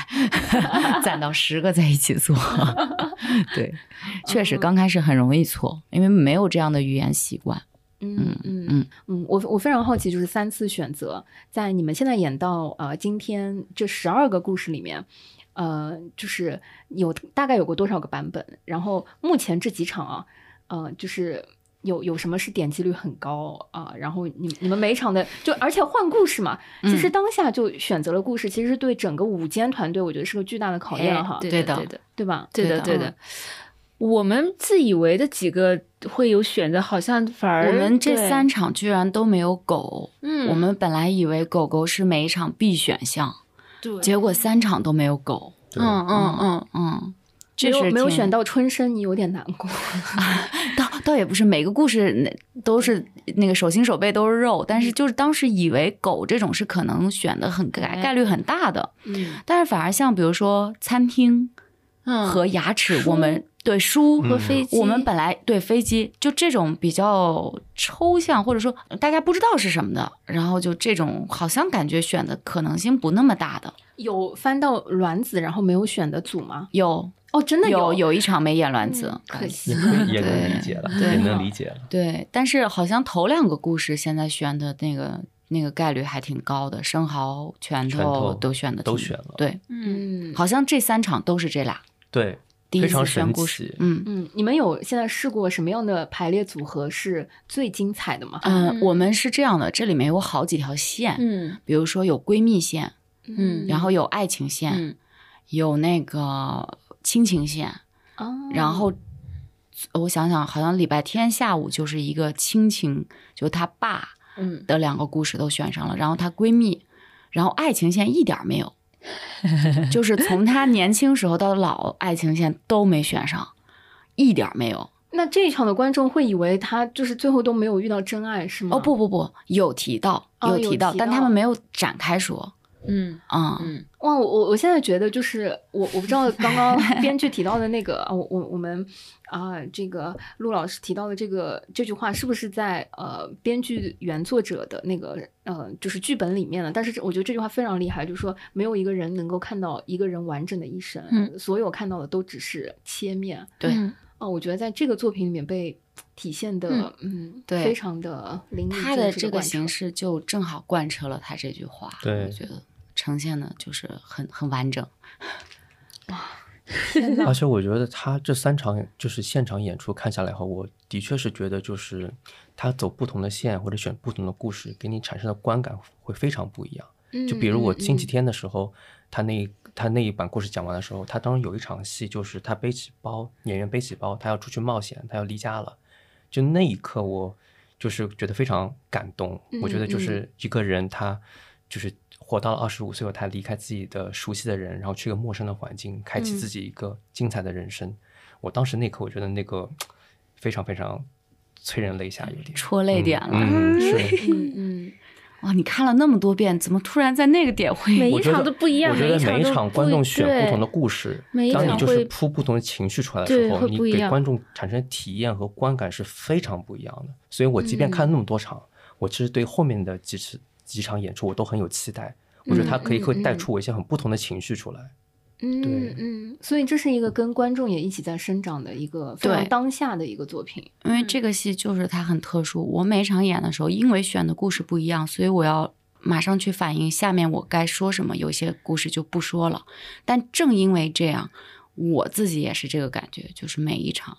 Speaker 2: 攒到十个在一起做。 对，确
Speaker 3: 嗯
Speaker 2: 实刚开始很容易错，因为没有这样的语言习惯。
Speaker 3: 嗯嗯嗯
Speaker 2: 嗯
Speaker 3: 嗯，我我非常好奇，就是三次选择，在你们现在演到呃今天这十二个故事里面，呃，就是有大概有过多少个版本？然后目前这几场啊，呃，就是。有有什么是点击率很高啊、然后你你们每场的就而且换故事嘛，其实当下就选择了故事，其实对整个舞间团队，我觉得是个巨大的考验哈，
Speaker 2: 对的
Speaker 4: 的，对的。
Speaker 3: 对吧？
Speaker 4: 对的，
Speaker 2: 对
Speaker 4: 对
Speaker 2: 的
Speaker 4: 的。我们自以为的几个会有选择，好像反而
Speaker 2: 我们这
Speaker 4: 对
Speaker 2: 三场居然都没有狗，
Speaker 4: 嗯，
Speaker 2: 我们本来以为狗狗是每一场必选项，
Speaker 4: 对
Speaker 2: 结果三场都没有狗。
Speaker 1: 对
Speaker 4: 嗯嗯嗯，
Speaker 2: 嗯，
Speaker 3: 没
Speaker 2: 这
Speaker 3: 有
Speaker 2: 是
Speaker 3: 没有
Speaker 2: 挺
Speaker 3: 选到春生，你有点难过。
Speaker 2: 倒倒也不是每个故事那都是那个手心手背都是肉，但是就是当时以为狗这种是可能选的很概
Speaker 4: 哎
Speaker 2: 概率很大的，
Speaker 3: 嗯，
Speaker 2: 但是反而像比如说餐厅
Speaker 4: 嗯
Speaker 2: 和牙齿，
Speaker 4: 书
Speaker 2: 我们对书
Speaker 1: 嗯
Speaker 4: 和飞机，
Speaker 2: 我们本来对飞机就这种比较抽象，或者说大家不知道是什么的，然后就这种好像感觉选的可能性不那么大的，
Speaker 3: 有翻到卵子，然后没有选的组吗？
Speaker 2: 有
Speaker 3: 哦，真的
Speaker 2: 有
Speaker 3: 有
Speaker 2: 有一场没演卵子，呃
Speaker 3: 嗯可
Speaker 2: 对
Speaker 3: 惜。
Speaker 1: 也能理解了，也能理解了。
Speaker 2: 对，但是好像头两个故事现在选的那个那个概率还挺高的，生蚝、拳
Speaker 1: 拳头
Speaker 2: 头都选的
Speaker 1: 都选了
Speaker 2: 对，
Speaker 4: 嗯，
Speaker 3: 嗯，
Speaker 2: 好像这三场都是这俩。
Speaker 1: 对，
Speaker 2: 第一
Speaker 1: 非常
Speaker 2: 次选
Speaker 1: 神
Speaker 2: 故事
Speaker 1: 奇，
Speaker 2: 嗯
Speaker 3: 嗯，你们有现在试过什么样的排列组合是最精彩的吗？
Speaker 2: 嗯、呃
Speaker 4: 嗯
Speaker 2: 我们是这样的，这里面有好几条线，
Speaker 4: 嗯
Speaker 2: 比如说有闺蜜线，
Speaker 4: 嗯
Speaker 2: 然后有爱情线，
Speaker 4: 嗯
Speaker 2: 有那个亲情线，
Speaker 3: 哦
Speaker 2: 然后。我想想，好像礼拜天下午就是一个亲情，就她爸
Speaker 4: 嗯，
Speaker 2: 的两个故事都选上了，然后她闺蜜，然后爱情线一点儿没 有，就是从她年轻时候到老，爱情线都没选上，一点儿没有。
Speaker 3: 那这一场的观众会以为他就是最后都没有遇到真爱，是吗？
Speaker 2: 哦不不不，有提到
Speaker 3: 嗯哦有
Speaker 2: 提到，
Speaker 3: 提
Speaker 2: 但
Speaker 3: 到
Speaker 2: 他们没有展开说。
Speaker 5: 嗯
Speaker 2: 嗯，
Speaker 5: 嗯，
Speaker 3: 哇，我我我现在觉得就是我我不知道刚刚 编剧提到的那个，啊我我我们啊、这个陆老师提到的这个这句话是不是在呃编剧原作者的那个呃就是剧本里面呢？但是这我觉得这句话非常厉害，就是说没有一个人能够看到一个人完整的一生，呃
Speaker 4: 嗯
Speaker 3: 所有看到的都只是切面。
Speaker 2: 对
Speaker 4: 嗯
Speaker 3: 哦，我觉得在这个作品里面被体现的，嗯，
Speaker 2: 对
Speaker 3: 非常的淋漓
Speaker 2: 他
Speaker 3: 尽
Speaker 2: 的
Speaker 3: 致
Speaker 2: 这
Speaker 3: 贯
Speaker 2: 个
Speaker 3: 彻嗯
Speaker 2: 形式就正好贯彻了他这句话，
Speaker 1: 对
Speaker 2: 我觉得呈现的就是很很完整。
Speaker 1: 而且我觉得他这三场就是现场演出看下来后，我的确是觉得就是他走不同的线或者选不同的故事，给你产生的观感会非常不一样。就比
Speaker 3: 嗯
Speaker 1: 如我星期天的时候，他那他那一版故事讲完的时候，他当时有一场戏就是他背起包，演员背起包，他要出去冒险，他要离家了。就那一刻，我就是觉得非常感动。我觉得就
Speaker 3: 嗯嗯
Speaker 1: 是一个人，他就是活到了二十五岁后，他离开自己的熟悉的人，然后去一个陌生的环境，开启
Speaker 3: 嗯
Speaker 1: 自己一个精彩的人生。我当时那一刻，我觉得那个非常非常催人泪下，有点
Speaker 2: 戳泪点了、
Speaker 1: 嗯，嗯是。
Speaker 3: 嗯嗯，
Speaker 2: 哇！你看了那么多遍，怎么突然在那个点
Speaker 4: 嗯每
Speaker 2: 会？
Speaker 4: 一
Speaker 1: 我觉得
Speaker 4: 场都不一样
Speaker 1: 我觉得
Speaker 4: 每一场
Speaker 1: 每一
Speaker 4: 都
Speaker 1: 场
Speaker 4: 不
Speaker 1: 观众
Speaker 4: 一
Speaker 1: 选不同的
Speaker 4: 对
Speaker 1: 故事
Speaker 4: 每一，
Speaker 1: 当你
Speaker 4: 场
Speaker 1: 就是
Speaker 4: 会
Speaker 1: 铺不同的情绪出来的时
Speaker 4: 对
Speaker 1: 候，
Speaker 4: 会
Speaker 1: 你
Speaker 4: 不一
Speaker 1: 给
Speaker 4: 样
Speaker 1: 观众产生的体验和观感是非常不一样的。所以我即
Speaker 4: 嗯
Speaker 1: 便看那么多场，我其实对后面的几次几场演出我都很有期待。我觉得它可以
Speaker 3: 嗯
Speaker 1: 会带
Speaker 3: 嗯
Speaker 1: 出我一些很不同的情绪出来。
Speaker 3: 嗯
Speaker 1: 对
Speaker 3: 嗯，所以这是一个跟观众也一起在生长的一个非常
Speaker 2: 对
Speaker 3: 当下的一个作品。
Speaker 2: 因为这个戏就是它很特殊。我每场演的时候，因为选的故事不一样，所以我要马上去反应下面我该说什么。有些故事就不说了，但正因为这样，我自己也是这个感觉，就是每一场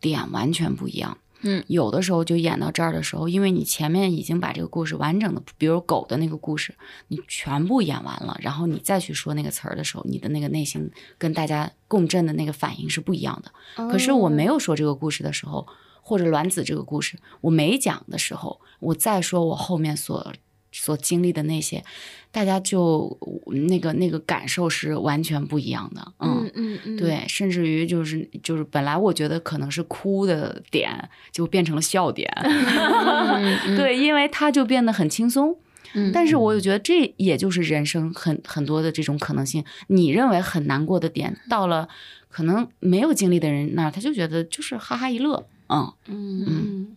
Speaker 2: 点完全不一样。
Speaker 5: 嗯，
Speaker 2: 有的时候就演到这儿的时候，因为你前面已经把这个故事完整的，比如狗的那个故事，你全部演完了，然后你再去说那个词儿的时候，你的那个内心跟大家共振的那个反应是不一样的。可是我
Speaker 3: 哦
Speaker 2: 没有说这个故事的时候，或者卵子这个故事我没讲的时候，我再说我后面所所经历的那些，大家就那个那个感受是完全不一样的。
Speaker 3: 嗯，嗯嗯，
Speaker 2: 对，甚至于就是就是本来我觉得可能是哭的点，就变成了笑点。
Speaker 3: 嗯
Speaker 2: 对，因为它就变得很轻松。
Speaker 5: 嗯
Speaker 2: 但是我又觉得这也就是人生很很多的这种可能性。你认为很难过的点，到了可能没有经历的人那儿，他就觉得就是哈哈一乐。嗯，
Speaker 3: 嗯嗯
Speaker 2: 嗯。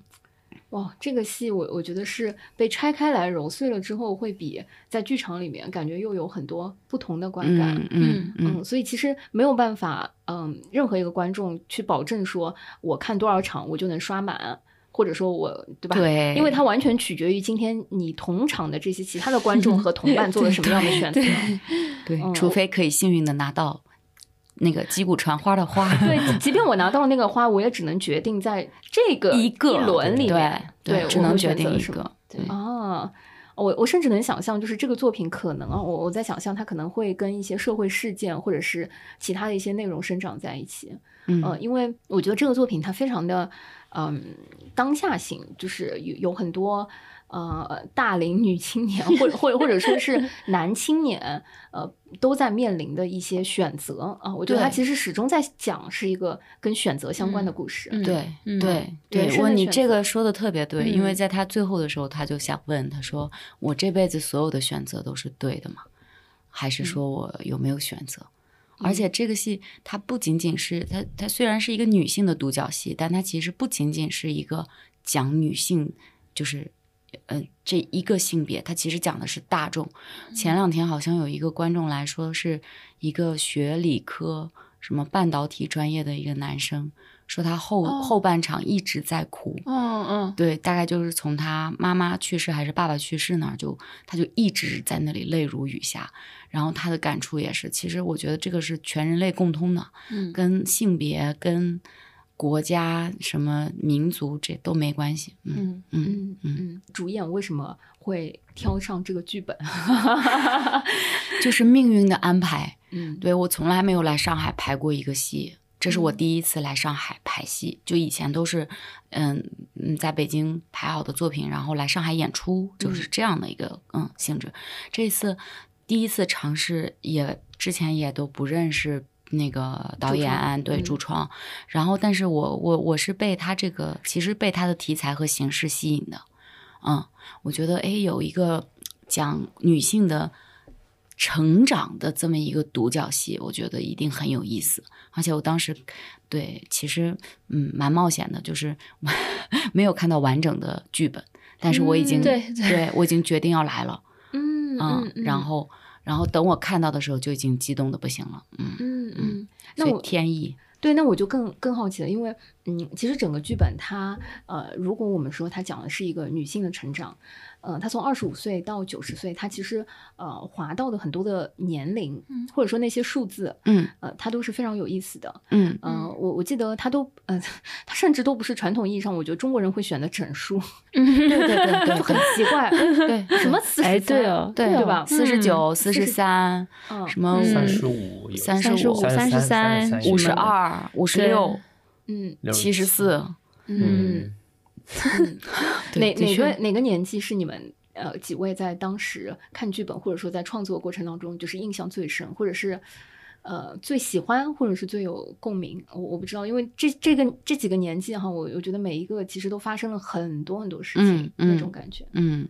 Speaker 3: 哇，这个戏我我觉得是被拆开来揉碎了之后，会比在剧场里面感觉又有很多不同的观感。
Speaker 2: 嗯嗯嗯
Speaker 3: 嗯，所以其实没有办法，嗯，任何一个观众去保证说我看多少场我就能刷满，或者说我对吧？
Speaker 2: 对
Speaker 3: 嗯因为它完全取决于今天你同场的这些其他的观众和同伴做了什么样的选择。
Speaker 2: 对
Speaker 3: 嗯，
Speaker 2: 除非可以幸运的拿到那个击鼓传花的花。
Speaker 3: 对，即便我拿到那个花，我也只能决定在这个
Speaker 2: 一个
Speaker 3: 轮里
Speaker 2: 对
Speaker 3: 面，
Speaker 2: 对，
Speaker 3: 对，
Speaker 2: 只
Speaker 3: 我
Speaker 2: 能
Speaker 3: 会
Speaker 2: 决
Speaker 3: 选
Speaker 2: 定
Speaker 3: 择
Speaker 2: 一
Speaker 3: 什么
Speaker 2: 个。对，
Speaker 3: 啊。我我甚至能想象，就是这个作品可能啊，我我在想象它可能会跟一些社会事件或者是其他的一些内容生长在一起。
Speaker 2: 嗯
Speaker 3: 呃，因为我觉得这个作品它非常的，嗯，当下性，就是有有很多呃大龄女青年，或者或者或者 说是男青年，呃，都在面临的一些选择啊、我觉得它
Speaker 2: 对
Speaker 3: 其实始终在讲是一个跟选择相关的故事。
Speaker 5: 嗯
Speaker 2: 对
Speaker 5: 嗯
Speaker 2: 对
Speaker 3: 人
Speaker 2: 对，
Speaker 3: 生
Speaker 2: 我
Speaker 3: 的
Speaker 2: 你
Speaker 3: 选
Speaker 2: 这
Speaker 3: 择
Speaker 2: 个说的特别对，因为
Speaker 3: 嗯
Speaker 2: 在他最后的时候，他就想问他说：“我这辈子所有的选择都是对的吗？还
Speaker 3: 嗯
Speaker 2: 是说我有没有选择？”而且这个戏它不仅仅是它，它虽然是一个女性的独角戏，但它其实不仅仅是一个讲女性，就是。呃，这一个性别，它其实讲的是大众。前两天好像有一个观众来说，是一个学理科什么半导体专业的一个男生，说他后、
Speaker 5: 哦
Speaker 2: 后半场一直在哭。
Speaker 5: 嗯嗯
Speaker 2: 对，大概就是从他妈妈去世还是爸爸去世那儿，就他就一直在那里泪如雨下。然后他的感触也是，其实我觉得这个是全人类共通的，
Speaker 5: 嗯
Speaker 2: 跟性别、跟国家、什么民族这都没关系。嗯
Speaker 5: 嗯
Speaker 2: 嗯
Speaker 3: 嗯嗯，主演为什么会挑上这个剧本？
Speaker 2: 就是命运的安排。
Speaker 3: 嗯，
Speaker 2: 对我从来没有来上海排过一个戏，这是我第一次来上海排戏。就以前都是，嗯嗯，在北京排好的作品，然后来上海演出，就是这样的一个嗯性质。这次第一次尝试也，之前也都不认识那个导
Speaker 3: 主
Speaker 2: 演
Speaker 3: 创
Speaker 2: 安对
Speaker 3: 嗯
Speaker 2: 主创，然后但是我我我是被他这个其实被他的题材和形式吸引的，嗯，我觉得诶有一个讲女性的成长的这么一个独角戏，我觉得一定很有意思。而且我当时对其实嗯蛮冒险的，就是 没有看到完整的剧本，但是我已经、
Speaker 3: 嗯
Speaker 4: 对对
Speaker 2: 对我已经决定要来了，
Speaker 3: 嗯
Speaker 2: 嗯，然后然后等我看到的时候就已经激动的不行了，嗯。
Speaker 3: 嗯嗯
Speaker 2: 嗯，
Speaker 3: 那
Speaker 2: 所以
Speaker 3: 我
Speaker 2: 天意，
Speaker 3: 对，那我就更更好奇了，因为嗯，其实整个剧本它呃，如果我们说它讲的是一个女性的成长，呃，她从二十五岁到九十岁，她其实呃滑到的很多的年龄，
Speaker 4: 嗯
Speaker 3: 或者说那些数字，
Speaker 2: 嗯
Speaker 3: 呃，它都是非常有意思的。
Speaker 2: 嗯，
Speaker 3: 呃，
Speaker 4: 嗯
Speaker 3: 我我记得它都呃，它甚至都不是传统意义上我觉得中国人会选的整数，
Speaker 4: 嗯
Speaker 2: 对对对对
Speaker 3: 就很奇 怪，
Speaker 2: 对对，
Speaker 3: 什么四
Speaker 4: 哎
Speaker 3: 十
Speaker 4: 对哦
Speaker 2: 对
Speaker 3: 啊对吧？
Speaker 2: 四十九、四十三，
Speaker 3: 嗯
Speaker 2: 什么
Speaker 4: 嗯
Speaker 1: 三十五、有
Speaker 2: 三
Speaker 4: 三十
Speaker 2: 35
Speaker 4: 五、三十
Speaker 1: 33
Speaker 4: 三、
Speaker 2: 五
Speaker 1: 五
Speaker 2: 十
Speaker 1: 十
Speaker 2: 二、五十六、
Speaker 3: 嗯
Speaker 1: 六
Speaker 2: 七十四，
Speaker 3: 嗯，嗯，哪
Speaker 4: 对的
Speaker 3: 哪
Speaker 4: 确
Speaker 3: 个哪个年纪是你们呃几位在当时看剧本或者说在创作过程当中就是印象最深，或者是呃最喜欢，或者是最有共鸣？我我不知道，因为这这个这几个年纪哈，我我觉得每一个其实都发生了很多很多事情，
Speaker 2: 嗯嗯
Speaker 3: 那种感觉。
Speaker 2: 嗯，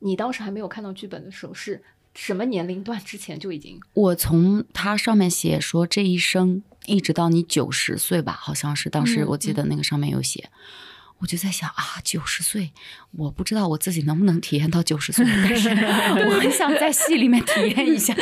Speaker 3: 你当时还没有看到剧本的时候是什么年龄段之前就已经？
Speaker 2: 我从它上面写说这一生一直到你九十岁吧，好像是当时
Speaker 3: 嗯
Speaker 2: 我记得那个上面有写，我就在想啊，九十岁，我不知道我自己能不能体验到九十岁，但 是我很想在戏里面体验一下。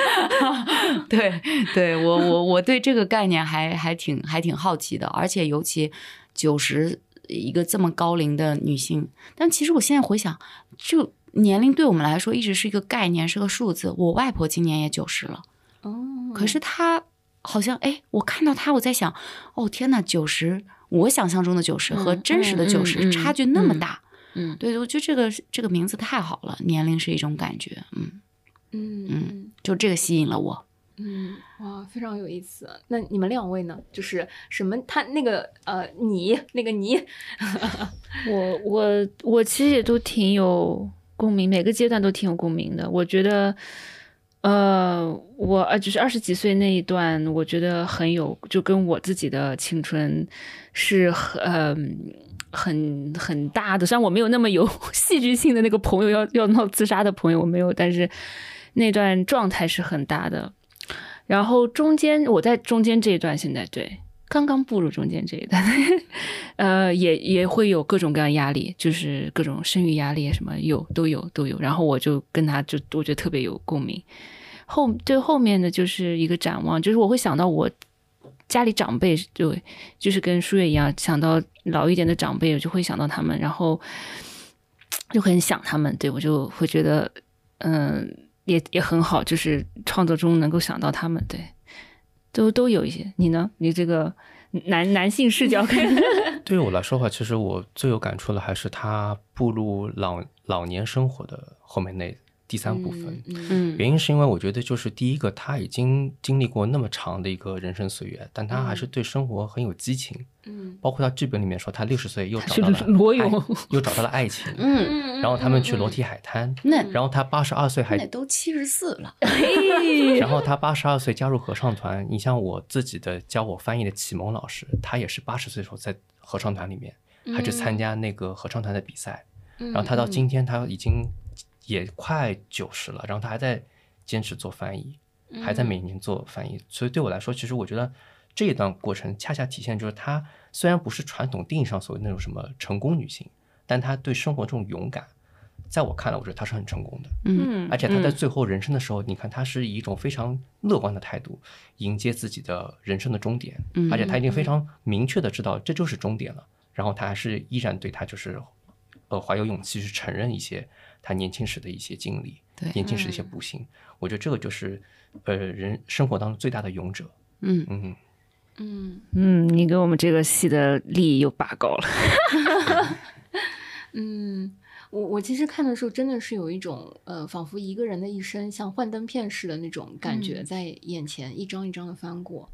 Speaker 2: 对，对我我我对这个概念还还挺还挺好奇的，而且尤其九十一个这么高龄的女性，但其实我现在回想，就年龄对我们来说一直是一个概念，是个数字。我外婆今年也九十了。
Speaker 3: 哦，
Speaker 2: 可是他好像哎，我看到他，我在想，哦天呐，九十，我想象中的九十和
Speaker 3: 嗯
Speaker 2: 真实的
Speaker 4: 嗯
Speaker 2: 九
Speaker 4: 嗯
Speaker 2: 十
Speaker 4: 嗯
Speaker 2: 差距那么大，
Speaker 4: 嗯
Speaker 2: 对，我觉得这个这个名字太好了，年龄是一种感觉，嗯，
Speaker 3: 嗯
Speaker 2: 嗯
Speaker 3: 嗯
Speaker 2: 就这个吸引了我。
Speaker 3: 嗯，哇，非常有意思。那你们两位呢？就是什么？他那个呃，你那个你， 嗯
Speaker 4: 我我我其实也都挺有共鸣，每个阶段都挺有共鸣的。我觉得，呃，我呃就是二十几岁那一段，我觉得很有，就跟我自己的青春是很。呃很很大的，虽然我没有那么有 戏剧性的那个朋友要要闹自杀的朋友我没有，但是那段状态是很大的。然后中间我在中间这一段，现在对刚刚步入中间这一段，呃，也也会有各种各样压力，就是各种生育压力啊什么有都有都有。然后我就跟他就我觉得特别有共鸣。后对后面的就是一个展望，就是我会想到我家里长辈，对，就是跟舒月一样，想到老一点的长辈，我就会想到他们，然后就很想他们，对我就会觉得，嗯、也也很好，就是创作中能够想到他们，对，都都有一些。你呢？你这个男男性视角 看，
Speaker 1: 对于我来说的话，其实我最有感触的还是他步入老老年生活的后面那第三部分。
Speaker 3: 嗯
Speaker 2: 嗯
Speaker 1: 原因是因为我觉得，就是第一个，他已经经历过那么长的一个人生岁月，但他还是对生活很有激情。
Speaker 3: 嗯
Speaker 1: 包括他剧本里面说，他六十岁又找
Speaker 4: 是
Speaker 1: 到了
Speaker 4: 裸泳
Speaker 1: 爱又找到了爱情，
Speaker 2: 嗯，
Speaker 3: 嗯
Speaker 1: 然后他们去裸体海滩，
Speaker 2: 那
Speaker 1: 然后他八十二岁还
Speaker 2: 那都七十四了，
Speaker 1: 然 后他八十二岁加入合唱团，你像我自己的教我翻译的启蒙老师，他也是八十岁的时候在合唱团里面，还去参加那个合唱团的比赛。
Speaker 3: 嗯，
Speaker 1: 然后他到今天他已经也快九十了，然后他还在坚持做翻译，还
Speaker 3: 嗯
Speaker 1: 在每年做翻译。所以对我来说，其实我觉得这一段过程恰恰体现就是她虽然不是传统定义上所谓那种什么成功女性，但她对生活这种勇敢，在我看来，我觉得她是很成功的。
Speaker 4: 嗯
Speaker 1: 而且他在最后人生的时候，你看他是以一种非常乐观的态度迎接自己的人生的终点，
Speaker 2: 嗯
Speaker 1: 而且他已经非常明确的知道这就是终点了，然后他还是依然对他就是，呃，怀有勇气去承认一些他年轻时的一些经历，
Speaker 2: 对
Speaker 1: 年轻时的一些不幸，我觉得这个就是，呃，人生活当中最大的勇者，
Speaker 2: 嗯，
Speaker 1: 嗯，
Speaker 3: 嗯
Speaker 4: 嗯，你给我们这个戏的利益又拔高了。
Speaker 3: 嗯，我我其实看的时候真的是有一种呃，仿佛一个人的一生像幻灯片似的那种感觉，
Speaker 4: 嗯
Speaker 3: 在眼前一张一张的翻过，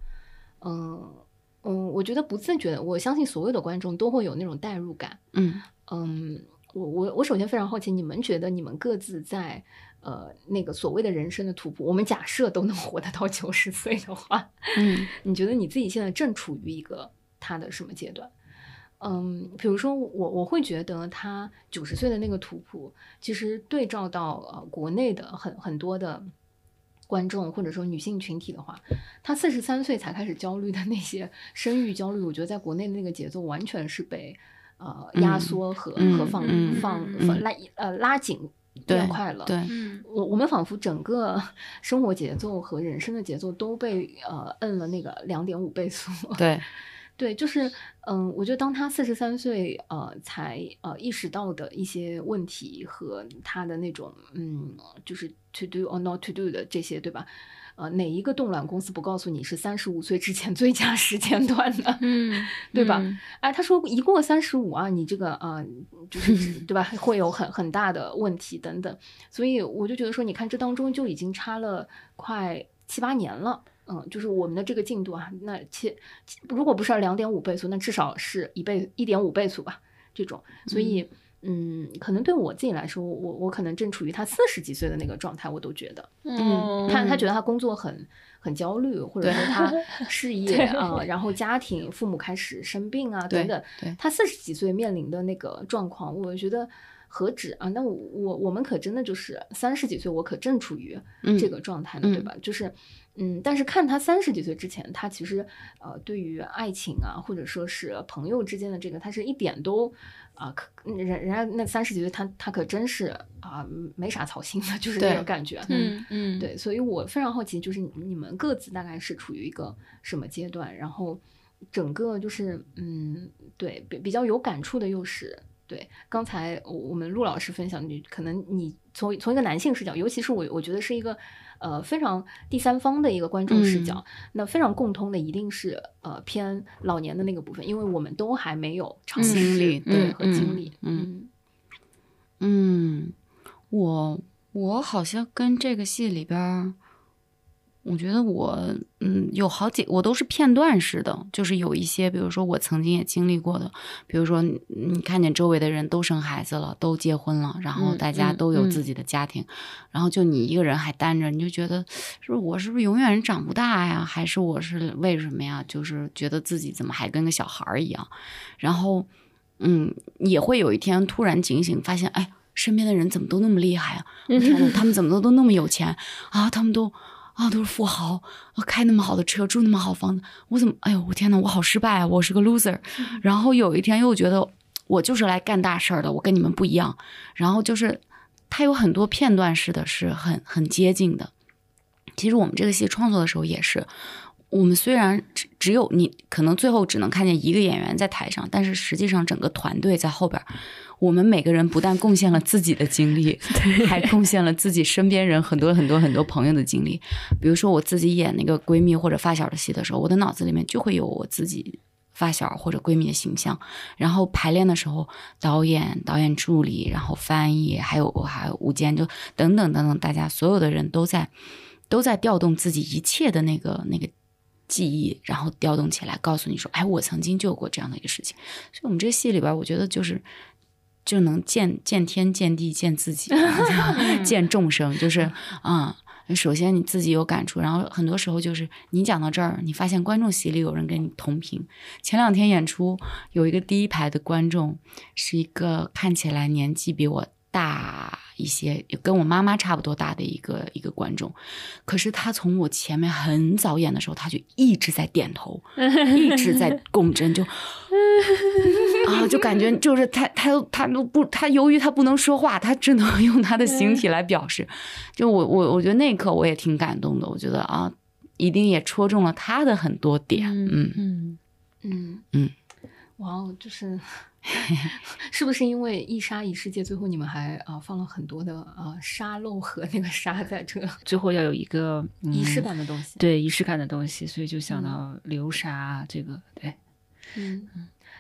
Speaker 3: 嗯嗯，我觉得不自觉的，我相信所有的观众都会有那种代入感，
Speaker 2: 嗯
Speaker 3: 嗯，我我我首先非常好奇，你们觉得你们各自在呃那个所谓的人生的图谱，我们假设都能活得到九十岁的话，
Speaker 4: 嗯
Speaker 3: 你觉得你自己现在正处于一个他的什么阶段？嗯，比如说我我会觉得他九十岁的那个图谱，其实对照到呃国内的很很多的观众或者说女性群体的话，她四十三岁才开始焦虑的那些生育焦虑，我觉得在国内的那个节奏完全是被呃压
Speaker 4: 嗯
Speaker 3: 缩和、
Speaker 4: 嗯
Speaker 3: 和放、
Speaker 4: 嗯
Speaker 3: 放
Speaker 2: 嗯
Speaker 3: 放拉呃拉紧变快了。
Speaker 4: 对，
Speaker 2: 嗯
Speaker 3: 我我们仿佛整个生活节奏和人生的节奏都被呃摁了那个两点五倍速。
Speaker 2: 对，
Speaker 3: 对，就是嗯，我觉得当他四十三岁呃才呃意识到的一些问题和他的那种嗯，就是 to do or not to do 的这些，对吧？呃，哪一个动卵公司不告诉你是三十五岁之前最佳时间段 的？
Speaker 4: 嗯，
Speaker 3: 对吧？哎，他说一过三十五啊，你这个啊、呃就是 对吧，会有很很大的问题等等。所以我就觉得说，你看这当中就已经差了快七八年了。嗯，就是我们的这个进度啊，那七七如果不是两点五倍速，那至少是一倍一点五倍速吧，这种。所以，嗯，可能对我自己来说，我我可能正处于他四十几岁的那个状态，我都觉得。
Speaker 4: 嗯
Speaker 3: 他他觉得他工作很很焦虑，或者说
Speaker 2: 对
Speaker 3: 他 事业啊、然后家庭、父母开始生病啊
Speaker 2: 对
Speaker 3: 等等
Speaker 2: 对，
Speaker 3: 他四十几岁面临的那个状况，我觉得何止啊？那我我我们可真的就是三十几岁，我可正处于
Speaker 2: 嗯
Speaker 3: 这个状态呢，
Speaker 2: 嗯
Speaker 3: 对吧？就是嗯，但是看他三十几岁之前，他其实呃，对于爱情啊，或者说是朋友之间的这个，他是一点都。啊，可人人家那三十几岁他，他可真是啊，没啥操心的，就是那
Speaker 2: 对
Speaker 3: 种感觉。
Speaker 4: 嗯
Speaker 2: 嗯，
Speaker 3: 对，所以我非常好奇，就是你你们各自大概是处于一个什么阶段，然后整个就是嗯，对，比比较有感触的又是对刚才我我们陆老师分享，你可能你从从一个男性视角，尤其是我我觉得是一个呃非常第三方的一个观众视角，
Speaker 2: 嗯
Speaker 3: 那非常共通的一定是呃偏老年的那个部分，因为我们都还没有尝
Speaker 2: 嗯
Speaker 3: 试
Speaker 2: 经历
Speaker 3: 对、
Speaker 2: 对
Speaker 3: 和经
Speaker 2: 嗯
Speaker 3: 历，
Speaker 2: 嗯嗯，我我好像跟这个戏里边儿，我觉得我嗯有好几我都是片段式的，就是有一些，比如说我曾经也经历过的，比如说你你看见周围的人都生孩子了，都结婚了，然后
Speaker 4: 嗯
Speaker 2: 大家
Speaker 4: 嗯
Speaker 2: 都有
Speaker 4: 嗯
Speaker 2: 自己的家庭，然后就你一个人还单着，你就觉得是不是我是不是永远长不大呀？还是我是为什么呀？就是觉得自己怎么还跟个小孩儿一样，然后。嗯，也会有一天突然警醒，发现哎，身边的人怎么都那么厉害啊？我天呐，他们怎么都都那么有钱啊？他们都啊都是富豪，啊开那么好的车，住那么好房子，我怎么哎呦我天呐，我好失败啊，我是个 loser。然后有一天又觉得我就是来干大事儿的，我跟你们不一样。然后就是它有很多片段式的，是很很接近的。其实我们这个戏创作的时候也是，我们虽然只只有你可能最后只能看见一个演员在台上，但是实际上整个团队在后边儿，我们每个人不但贡献了自己的经历， 还贡献了自己身边人很多很多很多朋友的经历。比如说我自己演那个闺蜜或者发小的戏的时候，我的脑子里面就会有我自己。发小或者闺蜜的形象，然后排练的时候，导演、导演助理，然后翻译，还有还有吴坚，就等等等等，大家所有的人都在都在调动自己一切的那个那个记忆，然后调动起来，告诉你说，哎，我曾经就有过这样的一个事情。所以我们这个戏里边儿，我觉得就是就能见见天、见地、见自己、见众生，就是啊、首先你自己有感触，然后很多时候就是你讲到这儿，你发现观众席里有人跟你同频。前两天演出有一个第一排的观众是一个看起来年纪比我大一些，跟我妈妈差不多大的一个一个观众，可是他从我前面很早演的时候，他就一直在点头，一直在共振，就啊，就感觉就是他他都他都不他由于他不能说话，他只能用他的形体来表示。就我我我觉得那一刻我也挺感动的，我觉得啊，一定也戳中了他的很多点，嗯
Speaker 4: 嗯
Speaker 3: 嗯
Speaker 2: 嗯，
Speaker 3: 哇哦，就是 是不是因为一沙一世界，最后你们还啊、呃放了很多的啊、呃沙漏和那个沙在这个
Speaker 4: 最后要有一个
Speaker 3: 仪式
Speaker 4: 嗯
Speaker 3: 感的东西？
Speaker 4: 对仪式感的东西，所以就想
Speaker 3: 嗯
Speaker 4: 到流沙这个，对，
Speaker 3: 嗯，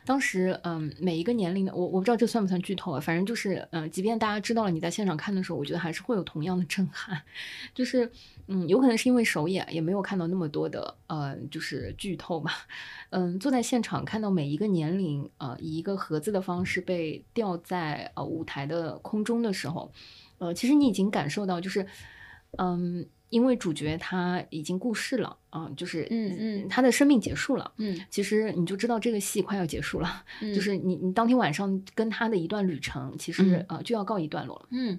Speaker 3: 当时嗯，每一个年龄的我，我不知道这算不算剧透啊，反正就是嗯、呃即便大家知道了你在现场看的时候，我觉得还是会有同样的震撼， 就是嗯，有可能是因为首演也没有看到那么多的呃，就是剧透吧， 嗯，坐在现场看到每一个年龄呃，以一个盒子的方式被吊在呃舞台的空中的时候。呃，其实你已经感受到，就是，嗯，因为主角他已经过世了啊、就是
Speaker 2: 嗯嗯
Speaker 3: 他的生命结束了。
Speaker 2: 嗯
Speaker 3: 其实你就知道这个戏快要结束了，
Speaker 2: 嗯
Speaker 3: 就是你你当天晚上跟他的一段旅程，其实、
Speaker 2: 嗯
Speaker 3: 呃就要告一段落了。
Speaker 2: 嗯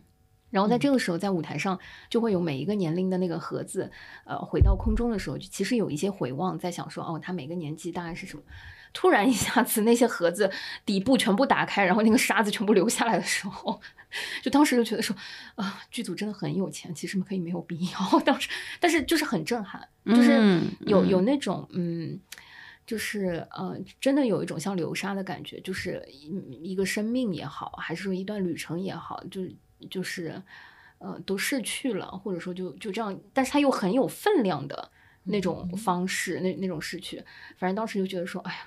Speaker 3: 然后在这个时候，在舞台上就会有每一个年龄的那个盒子，呃，回到空中的时候，就其实有一些回望，在想说，哦，他每个年纪大概是什么。突然一下子，那些盒子底部全部打开，然后那个沙子全部流下来的时候，就当时就觉得说，啊、剧组真的很有钱，其实可以没有必要。当时，但是就是很震撼，就是
Speaker 4: 嗯
Speaker 3: 有有
Speaker 4: 嗯
Speaker 3: 那种嗯，就是呃，真的有一种像流沙的感觉，就是一一个生命也好，还是说一段旅程也好，就就是呃都逝去了，或者说就就这样，但是它又很有分量的那种方式，那那种逝去，反正当时就觉得说，哎呀，